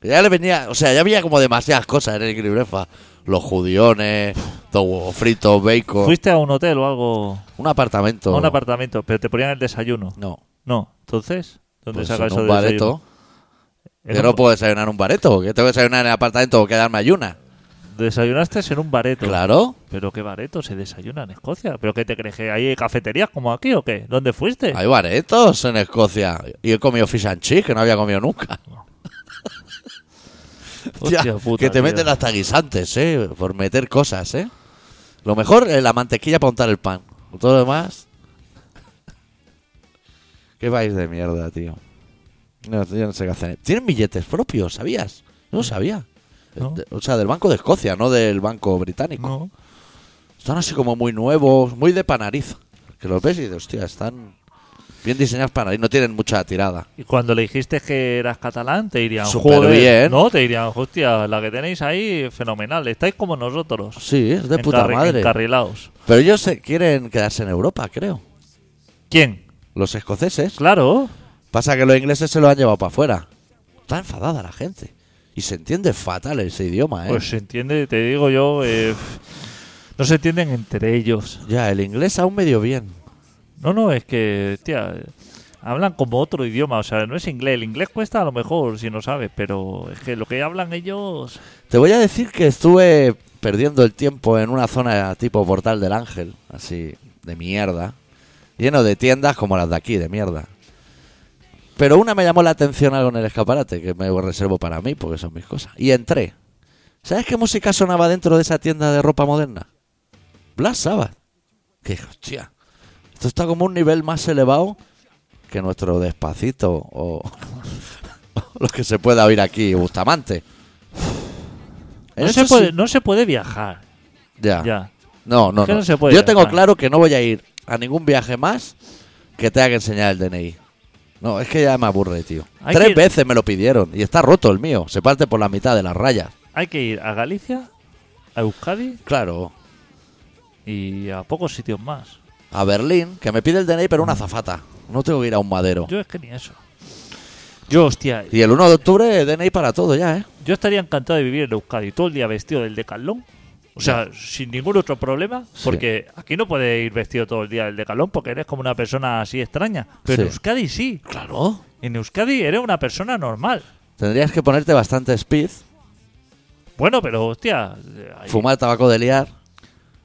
S1: Que ya le venía... O sea, ya había como demasiadas cosas en el English breakfast. Los judiones, dos huevos fritos, bacon...
S2: Fuiste a un hotel o algo.
S1: Un apartamento.
S2: A un apartamento, pero te ponían el desayuno.
S1: No.
S2: No, entonces. ¿Dónde
S1: Pues
S2: sacas
S1: en
S2: eso
S1: un
S2: de
S1: bareto.
S2: desayuno? En
S1: Yo
S2: un-
S1: no puedo desayunar en un bareto, porque tengo que desayunar en el apartamento o quedarme ayuna.
S2: Desayunaste en un bareto.
S1: Claro.
S2: Pero qué bareto se desayuna en Escocia. ¿Pero qué te crees? ¿Que hay cafeterías como aquí o qué? ¿Dónde fuiste?
S1: Hay baretos en Escocia. Y he comido fish and chips, que no había comido nunca.
S2: Hostia
S1: Tía,
S2: puta,
S1: que te
S2: tío.
S1: meten hasta guisantes, ¿eh? Por meter cosas, ¿eh? Lo mejor es la mantequilla para untar el pan. Todo lo demás... Qué país de mierda, tío. No, yo no sé qué hacen. Tienen billetes propios, ¿sabías? Yo no sabía. Eh,
S2: ¿No?
S1: De- O sea, del Banco de Escocia, no del Banco Británico.
S2: No.
S1: Están así como muy nuevos, muy de panariz. Que los ves y dices, hostia, están bien diseñados para nariz, no tienen mucha tirada.
S2: Y cuando le dijiste que eras catalán, te dirían,
S1: Súper
S2: joder,
S1: bien.
S2: no, te dirían, hostia, la que tenéis ahí, fenomenal, estáis como nosotros.
S1: Sí, es de puta
S2: encarri-
S1: madre.
S2: Encarrilados.
S1: Pero ellos se quieren quedarse en Europa, creo.
S2: ¿Quién?
S1: Los escoceses.
S2: Claro,
S1: Pasa que los ingleses se lo han llevado para afuera. Está enfadada la gente. Y se entiende fatal ese idioma, ¿eh?
S2: pues se entiende, te digo yo, eh, no se entienden entre ellos.
S1: Ya, el inglés aún medio bien.
S2: No, no, es que, tía, hablan como otro idioma, o sea, no es inglés, el inglés cuesta a lo mejor si no sabes, pero es que lo que hablan ellos...
S1: Te voy a decir que estuve perdiendo el tiempo en una zona tipo Portal del Ángel, así de mierda, lleno de tiendas como las de aquí, de mierda. Pero una me llamó la atención algo en el escaparate, que me reservo para mí, porque son mis cosas. Y entré. ¿Sabes qué música sonaba dentro de esa tienda de ropa moderna? Blas Sabbath. Que dije, hostia, esto está como un nivel más elevado que nuestro despacito o lo que se pueda oír aquí, Bustamante.
S2: No
S1: Eso
S2: se, puede,
S1: sí- Ah.
S2: no se puede viajar,
S1: ya.
S2: ya.
S1: No, no,
S2: Es que
S1: no.
S2: no se puede
S1: Yo tengo
S2: viajar.
S1: claro que no voy a ir a ningún viaje más que tenga que enseñar el DNI. No, es que ya me aburre, tío.
S2: Hay
S1: Tres
S2: que ir-
S1: veces me lo pidieron y está roto el mío. Se parte por la mitad de las rayas.
S2: Hay que ir a Galicia, a Euskadi
S1: Claro.
S2: y a pocos sitios más.
S1: A Berlín, que me pide el DNI, pero una zafata. No tengo que ir a un madero.
S2: Yo es que ni eso. Yo, hostia,
S1: Y el 1 de octubre, DNI para todo ya, ¿eh?
S2: yo estaría encantado de vivir en Euskadi todo el día vestido del decalón. O sea, sin ningún otro problema,
S1: Sí.
S2: porque aquí no puedes ir vestido todo el día del decalón porque eres como una persona así extraña. Pero en
S1: Sí.
S2: Euskadi sí.
S1: Claro.
S2: En Euskadi eres una persona normal.
S1: Tendrías que ponerte bastante speed,
S2: Bueno, pero hostia, eh, ahí-
S1: fumar tabaco de liar,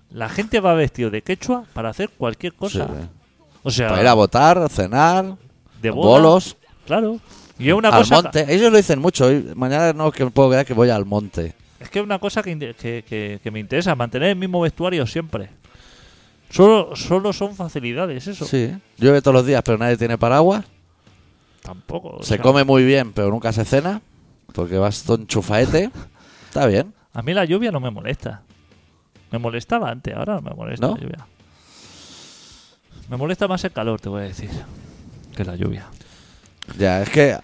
S2: la gente va vestido de quechua para hacer cualquier cosa.
S1: Sí, eh.
S2: O sea,
S1: para ir a votar, cenar,
S2: de boda,
S1: bolos,
S2: Claro. Y es una
S1: al
S2: cosa.
S1: monte. Ellos lo dicen mucho. hoy- Mañana no que me puedo quedar que voy al monte.
S2: Es que es una cosa que, inte- que- que- que me interesa, mantener el mismo vestuario siempre. Solo, solo son facilidades eso.
S1: Sí, llueve todos los días, pero nadie tiene paraguas.
S2: Tampoco. o
S1: se
S2: sea,
S1: come muy bien, pero nunca se cena, porque vas todo enchufaete. Está bien.
S2: A mí la lluvia no me molesta. Me molestaba antes, ahora no me molesta
S1: ¿No?
S2: la lluvia. Me molesta más el calor, te voy a decir. que la lluvia.
S1: Ya, es que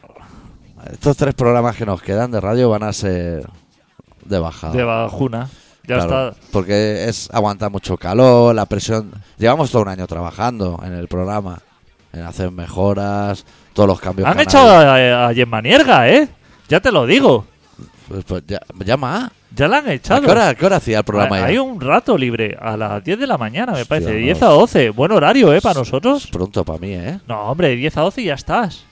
S1: estos tres programas que nos quedan de radio van a ser de bajada.
S2: De bajuna. Ya
S1: Ah. Claro,
S2: está.
S1: Porque es aguanta mucho calor, la presión. Llevamos todo un año trabajando en el programa, en hacer mejoras, todos los cambios.
S2: Han
S1: que
S2: echado
S1: habido.
S2: a, a Gemma Nierga, ¿eh? Ya te lo digo.
S1: Pues, pues ya- llama.
S2: Ya la han
S1: ¿A
S2: echado.
S1: qué hora, a qué hora hacía el programa?
S2: Hay-
S1: ya?
S2: Hay un rato libre, a las 10 de la mañana, me
S1: Hostia,
S2: parece.
S1: no.
S2: 10 a 12. Buen horario, ¿eh? Para
S1: Es
S2: nosotros.
S1: pronto para mí, ¿eh?
S2: No, hombre, de 10 a 12 y ya estás.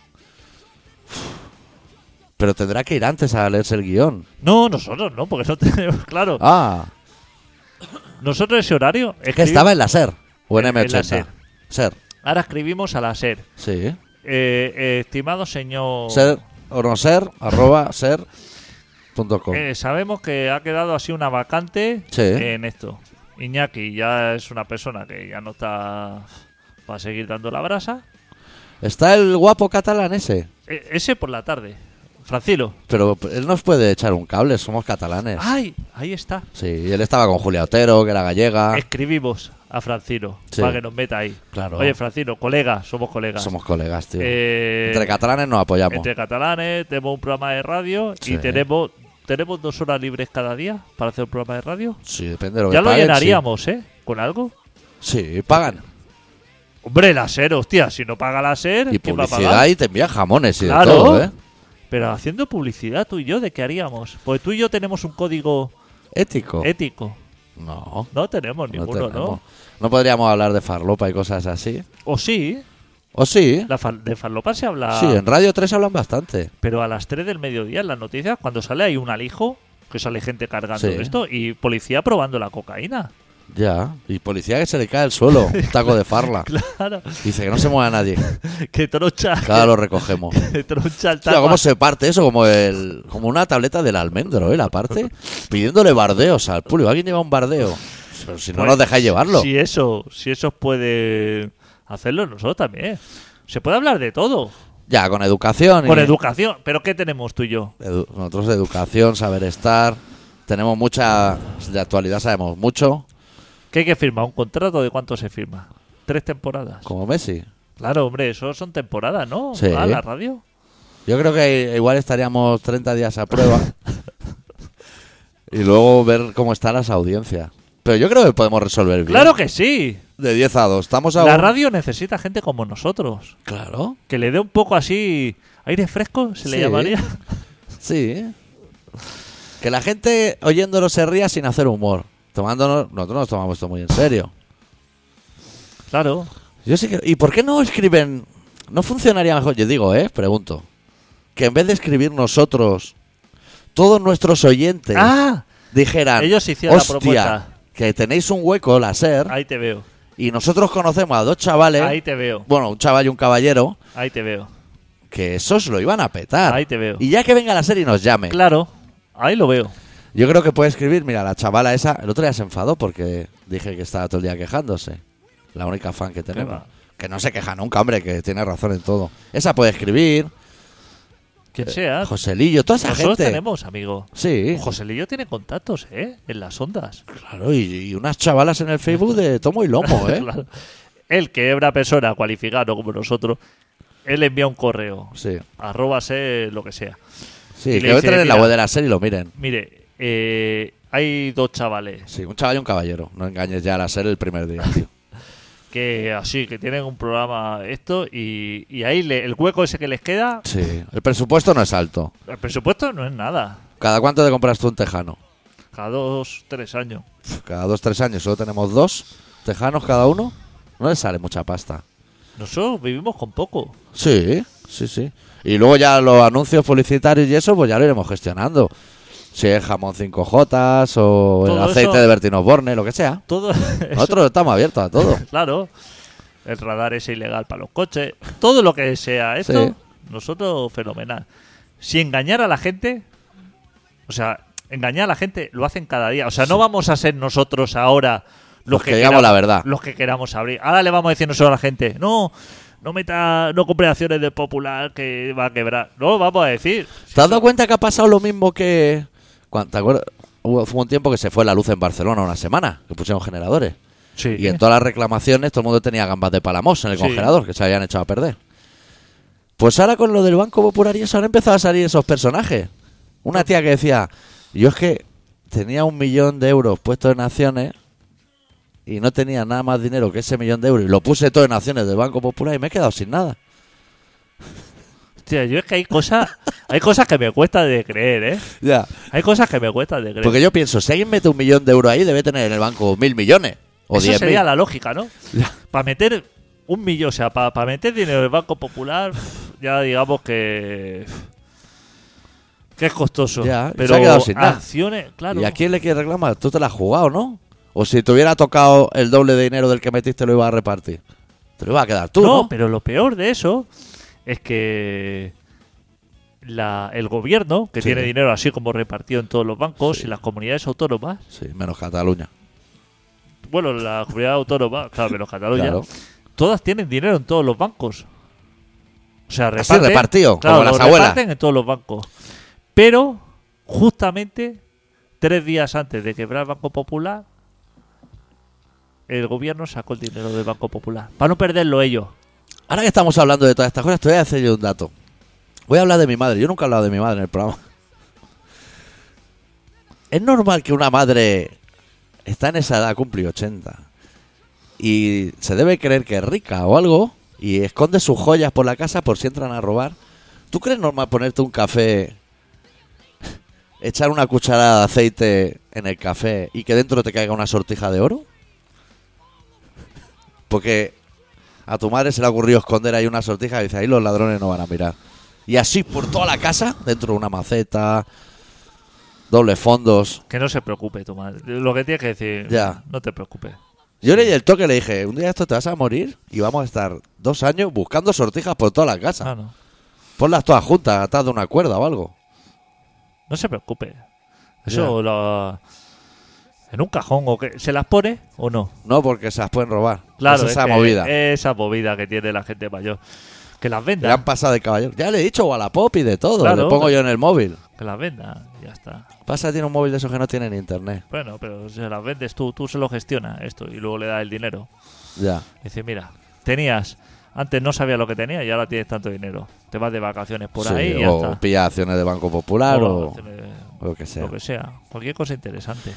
S1: Pero tendrá que ir antes a leerse el guión.
S2: No, nosotros no, porque no tenemos, claro.
S1: Ah,
S2: Nosotros ese horario.
S1: es que
S2: escribi-
S1: estaba en la SER o en
S2: En- en la
S1: M80.
S2: SER.
S1: SER,
S2: Ahora escribimos a la SER.
S1: sí.
S2: Eh, eh, estimado señor.
S1: Ser o no ser, arroba ser punto com.
S2: eh, sabemos que ha quedado así una vacante
S1: Sí.
S2: en esto. Iñaki ya es una persona que ya no está para seguir dando la brasa.
S1: Está el guapo catalán ese.
S2: Eh, ese por la tarde. Francilo.
S1: Pero él nos puede echar un cable, somos catalanes.
S2: ¡Ay! Ahí está.
S1: Sí, y él estaba con Julia Otero, que era gallega.
S2: Escribimos a Francino
S1: Ah. Sí.
S2: para que nos meta ahí.
S1: Claro.
S2: Oye, Francino, colega, somos colegas.
S1: Somos colegas, tío.
S2: Eh,
S1: Entre catalanes nos apoyamos.
S2: entre catalanes, tenemos un programa de radio
S1: Sí.
S2: y tenemos tenemos dos horas libres cada día para hacer un programa de radio.
S1: Sí, depende de lo
S2: ya
S1: que
S2: lo
S1: paguen, sí.
S2: llenaríamos, ¿eh? ¿Con algo?
S1: Sí, pagan.
S2: Hombre, la SER, hostia, si no paga la SER,
S1: Y
S2: ¿quién va a pagar?
S1: publicidad y te envían jamones y
S2: Claro.
S1: de todo, ¿eh?
S2: Pero haciendo publicidad tú y yo, ¿de qué haríamos? Pues tú y yo tenemos un código
S1: Ético.
S2: ético.
S1: no,
S2: No tenemos
S1: Oh. no
S2: ninguno,
S1: tenemos.
S2: ¿no?
S1: No podríamos hablar de farlopa y cosas así.
S2: O sí,
S1: O sí.
S2: la fal- de Farlopa se habla...
S1: Sí, en Radio 3 hablan bastante.
S2: Pero a las 3 del mediodía en las noticias, cuando sale hay un alijo, que sale gente cargando
S1: Sí.
S2: esto, y policía probando la cocaína.
S1: Ya. Y policía que se le cae al suelo. Un taco de farla.
S2: Claro,
S1: Dice que no se mueva nadie.
S2: que troncha,
S1: Claro, lo recogemos.
S2: que troncha el
S1: Hostia,
S2: tapa.
S1: ¿cómo se parte eso? Como el como una tableta del almendro, ¿eh? La parte. Pidiéndole bardeos al público. ¿Alguien lleva un bardeo? Pero si no
S2: Pues,
S1: nos dejáis llevarlo.
S2: Si eso, si eso puede hacerlo nosotros también. Se puede hablar de todo.
S1: Ya, con educación. y-
S2: Con educación. ¿Pero qué tenemos tú y yo?
S1: edu- nosotros educación, saber estar. Tenemos mucha... De actualidad sabemos mucho.
S2: ¿Qué hay que firmar? ¿Un contrato de cuánto se firma? ¿Tres temporadas?
S1: Como Messi.
S2: Claro, hombre, eso son temporadas, ¿no?
S1: Sí.
S2: Ah, la radio.
S1: Yo creo que igual estaríamos 30 días a prueba. y luego ver cómo están las audiencias. Pero yo creo que podemos resolver bien.
S2: Claro que sí.
S1: De 10 a 2. Estamos a
S2: La
S1: un-
S2: radio necesita gente como nosotros.
S1: Claro.
S2: Que le dé un poco así aire fresco, se le
S1: Sí.
S2: llamaría.
S1: Sí. Que la gente oyéndolo se ría sin hacer humor. Tomándonos, nosotros nos tomamos esto muy en serio.
S2: Claro.
S1: Yo sí que, ¿Y por qué no escriben? ¿No funcionaría mejor? Yo digo, ¿eh? Pregunto. Que en vez de escribir nosotros, todos nuestros oyentes
S2: Ah,
S1: dijeran,
S2: ellos hicieron la
S1: "Hostia,
S2: propuesta".
S1: que tenéis un hueco, la SER,
S2: ahí te veo.
S1: y nosotros conocemos a dos chavales,
S2: Ahí te veo.
S1: bueno, un chaval y un caballero,
S2: Ahí te veo.
S1: que esos lo iban a petar.
S2: Ahí te veo.
S1: Y ya que venga la SER y nos llame.
S2: Claro. Ahí lo veo.
S1: Yo creo que puede escribir, mira, la chavala esa, el otro día se enfadó porque dije que estaba todo el día quejándose. La única fan que tenemos.
S2: va.
S1: Que no se queja nunca, hombre, que tiene razón en todo. Esa puede escribir,
S2: Quien sea.
S1: Joselillo, toda Eh, esa
S2: Nosotros
S1: gente.
S2: tenemos, amigo.
S1: Sí,
S2: Joselillo tiene contactos, ¿eh? En las ondas.
S1: claro, y, y unas chavalas en el Facebook de tomo y lomo, ¿eh?
S2: Claro. Él, que es una persona cualificada, no como nosotros, él envía un correo.
S1: Sí,
S2: Arróbase lo que sea.
S1: sí,
S2: Y
S1: que
S2: le dice,
S1: entren en la
S2: mira.
S1: web de la serie y lo miren.
S2: Mire, eh, hay dos chavales
S1: Sí, un chaval y un caballero. No engañes ya a la serie el primer día, tío.
S2: que así, que tienen un programa esto y, y ahí le- el hueco ese que les queda,
S1: Sí, el presupuesto no es alto.
S2: el presupuesto no es nada.
S1: ¿Cada cuánto te compras tú un tejano?
S2: Cada dos, tres años.
S1: Pf, Cada dos, tres años solo tenemos dos tejanos cada uno. No le sale mucha pasta.
S2: Nosotros vivimos con poco.
S1: Sí, sí, sí. Y luego ya los anuncios publicitarios y eso, pues ya lo iremos gestionando. Si es jamón 5J o el
S2: Todo
S1: aceite
S2: eso-
S1: de Bertinos Borne, lo que sea.
S2: Todo eso-
S1: Nosotros estamos abiertos a todo.
S2: Claro. El radar es ilegal para los coches. Todo lo que sea esto,
S1: Sí.
S2: nosotros fenomenal. Si engañar a la gente, o sea, engañar a la gente lo hacen cada día. O sea, no vamos a ser nosotros ahora los,
S1: Los que digamos
S2: queramos-
S1: la verdad.
S2: Los que queramos abrir. Ahora le vamos a decir nosotros a la gente, no, no meta, no compre acciones de Popular que va a quebrar. No, vamos a decir.
S1: ¿Te has dado cuenta que ha pasado lo mismo que... cuan- ¿Te acuerdas? Hubo fue un tiempo que se fue la luz en Barcelona una semana, que pusieron generadores.
S2: Sí.
S1: Y en todas las reclamaciones todo el mundo tenía gambas de palamos en el
S2: Sí.
S1: congelador, que se habían echado a perder. Pues ahora con lo del Banco Popular y eso han empezado a salir esos personajes. Una tía que decía, yo es que tenía un millón de euros puesto en acciones y no tenía nada más dinero que ese millón de euros y lo puse todo en acciones del Banco Popular y me he quedado sin nada.
S2: Hostia, yo es que hay cosas, hay cosas que me cuesta de creer, ¿eh?
S1: Ya.
S2: Hay cosas que me cuesta de creer.
S1: Porque yo pienso, si alguien mete un millón de euros ahí, debe tener en el banco mil millones. O
S2: Eso
S1: diez
S2: sería
S1: mil.
S2: la lógica, ¿no?
S1: Ya.
S2: Para meter un millón, o sea, para meter dinero del Banco Popular, ya digamos que. que es costoso.
S1: Ya, se
S2: pero
S1: ha quedado sin nada.
S2: acciones, claro.
S1: ¿Y a quién le quieres reclamar? Tú te la has jugado, ¿no? O si te hubiera tocado el doble de dinero del que metiste, lo ibas a repartir. Te lo ibas a quedar tú,
S2: no,
S1: ¿no?
S2: pero lo peor de eso es que. la- el gobierno, que
S1: Sí.
S2: tiene dinero así como repartido en todos los bancos y las comunidades autónomas,
S1: Sí, menos Cataluña.
S2: bueno, la comunidad autónoma, claro, menos Cataluña,
S1: Claro.
S2: todas tienen dinero en todos los bancos. O sea,
S1: Así
S2: reparten,
S1: repartido,
S2: claro,
S1: como las
S2: lo
S1: abuelas.
S2: reparten en todos los bancos. Pero, justamente, tres días antes de quebrar el Banco Popular, el gobierno sacó el dinero del Banco Popular. Para no perderlo ellos.
S1: Ahora que estamos hablando de todas estas cosas, te voy a hacer yo un dato. Voy a hablar de mi madre. Yo nunca he hablado de mi madre en el programa. Es normal que una madre está en esa edad, cumple 80, y se debe creer que es rica o algo, y esconde sus joyas por la casa por si entran a robar. ¿Tú crees normal ponerte un café, echar una cucharada de aceite en el café y que dentro te caiga una sortija de oro? Porque a tu madre se le ha ocurrido esconder ahí una sortija y dice, ahí los ladrones no van a mirar. Y así por toda la casa, dentro de una maceta, dobles fondos.
S2: Que no se preocupe tu madre. Lo que tienes que decir,
S1: Ya.
S2: no te preocupes.
S1: Yo leí el toque le dije, un día esto te vas a morir y vamos a estar dos años buscando sortijas por toda la casa.
S2: No, no,
S1: Ponlas todas juntas, atadas de una cuerda o algo.
S2: no se preocupe. Eso lo- en un cajón o que se las pone o no.
S1: No, porque se las pueden robar.
S2: Claro,
S1: Es
S2: es
S1: esa
S2: que-
S1: movida.
S2: Esa movida que tiene la gente mayor. Que las
S1: Le han
S2: venda.
S1: pasado de caballero. Ya le he dicho Wallapop y de todo.
S2: Claro.
S1: le pongo yo en el móvil.
S2: Que las venda. Ya está.
S1: Pasa, tiene un móvil de esos que no tienen internet.
S2: Bueno, pero se las vendes tú, tú se lo gestionas esto y luego le das el dinero.
S1: Ya.
S2: Dice, mira, tenías, antes no sabías lo que tenías y ahora tienes tanto dinero. Te vas de vacaciones por
S1: Sí,
S2: ahí y ya
S1: o
S2: está.
S1: pilla acciones de Banco Popular o,
S2: O vacaciones,
S1: o lo que sea.
S2: lo que sea. Cualquier cosa interesante.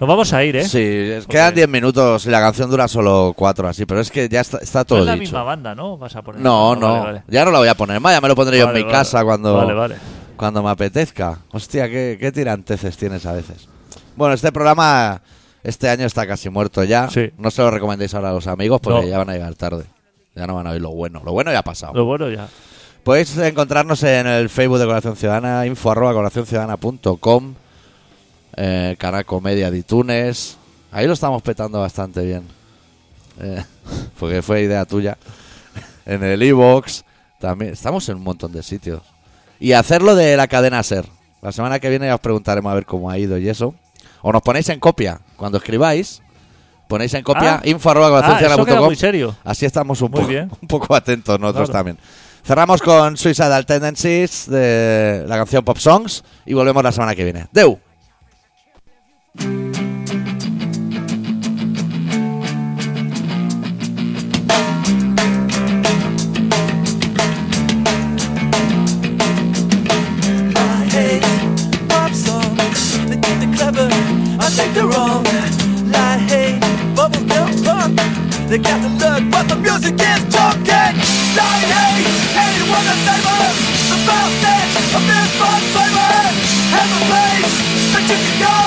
S2: Nos vamos a ir, ¿eh?
S1: Sí, es-
S2: Porque-
S1: quedan 10 minutos y la canción dura solo 4 así, pero es que ya está, está
S2: No
S1: todo
S2: es la
S1: dicho.
S2: misma banda, ¿no? Vas a poner.
S1: No, no.
S2: Vale, vale.
S1: Ya no la voy a poner más, ya me lo pondré yo en
S2: Vale,
S1: mi
S2: vale.
S1: casa cuando,
S2: Vale, vale.
S1: cuando me apetezca. Hostia, qué, qué tiranteces tienes a veces. Bueno, este programa este año está casi muerto ya.
S2: Sí.
S1: No se lo recomendéis ahora a los amigos porque
S2: No.
S1: ya van a llegar tarde. Ya no van a oír lo bueno. Lo bueno ya ha pasado.
S2: Lo bueno ya.
S1: Podéis encontrarnos en el Facebook de Corazón Ciudadana, info arroba colaboracionciudadana.com, eh, canal Comedia de iTunes. Ahí lo estamos petando bastante bien. Eh, porque fue idea tuya. En el Evox. También estamos en un montón de sitios. Y hacerlo de la cadena Ser. La semana que viene ya os preguntaremos a ver cómo ha ido y eso. O nos ponéis en copia. Cuando escribáis, ponéis en copia
S2: Ah.
S1: info arroba
S2: Ah, eso queda
S1: colaboracionciudadana.com.
S2: muy serio.
S1: Así estamos un,
S2: Muy
S1: poco,
S2: bien.
S1: un poco atentos nosotros
S2: Claro.
S1: también. Cerramos con Suicidal Tendencies de la canción Pop Songs y volvemos la semana que viene. ¡Deu!
S3: I hate pop songs. They think they're clever, I think they're wrong. I hate bubblegum pop. They got the look, but the music is talking. I hate anyone that favors the fountain of this fun flavor. Have a place that you can go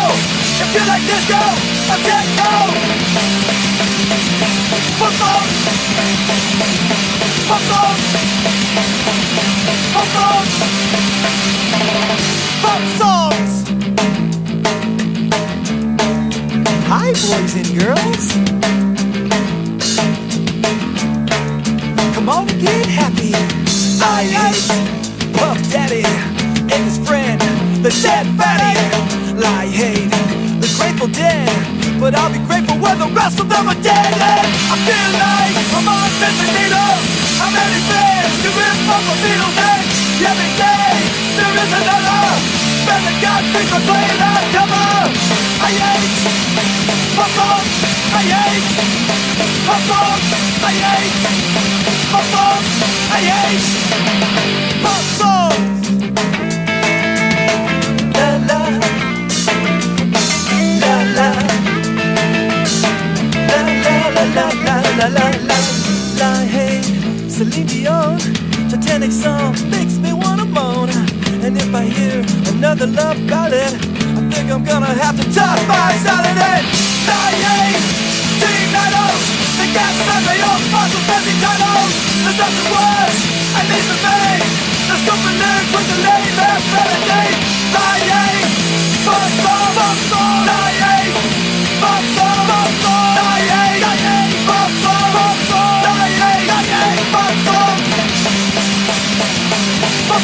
S3: if you like disco or techno. Pop songs, pop songs, pop songs pop songs. Hi, boys and girls. Come on, get happy. I hate Puff Daddy and his friend, the Dead Fatty. I hate the Grateful Dead, but I'll be grateful when the rest of them are dead. And I feel like I'm on missing needles. How many fans do we pump the Beatles in? Every day there is another. Man, the God keeps on playing that cover. I hate pop songs. I hate pop songs. I hate. my fault. I hate pop songs. La la, la la, la la la la la la la la. Hey, Celine Dion, Titanic song makes me wanna moan. And if I hear another love ballad, I think I'm gonna have to toss my salad in. La hate team titles, the gas that they all fucking fancy titles. There's nothing worse, at least for me. Let's go for lyrics with the lady that's melody. La hate, fuck song, fuck song. La hate, fuck song, fuck song. La hate, la hate, fuck song, fuck song. La hate, la hate, fuck song. Fuck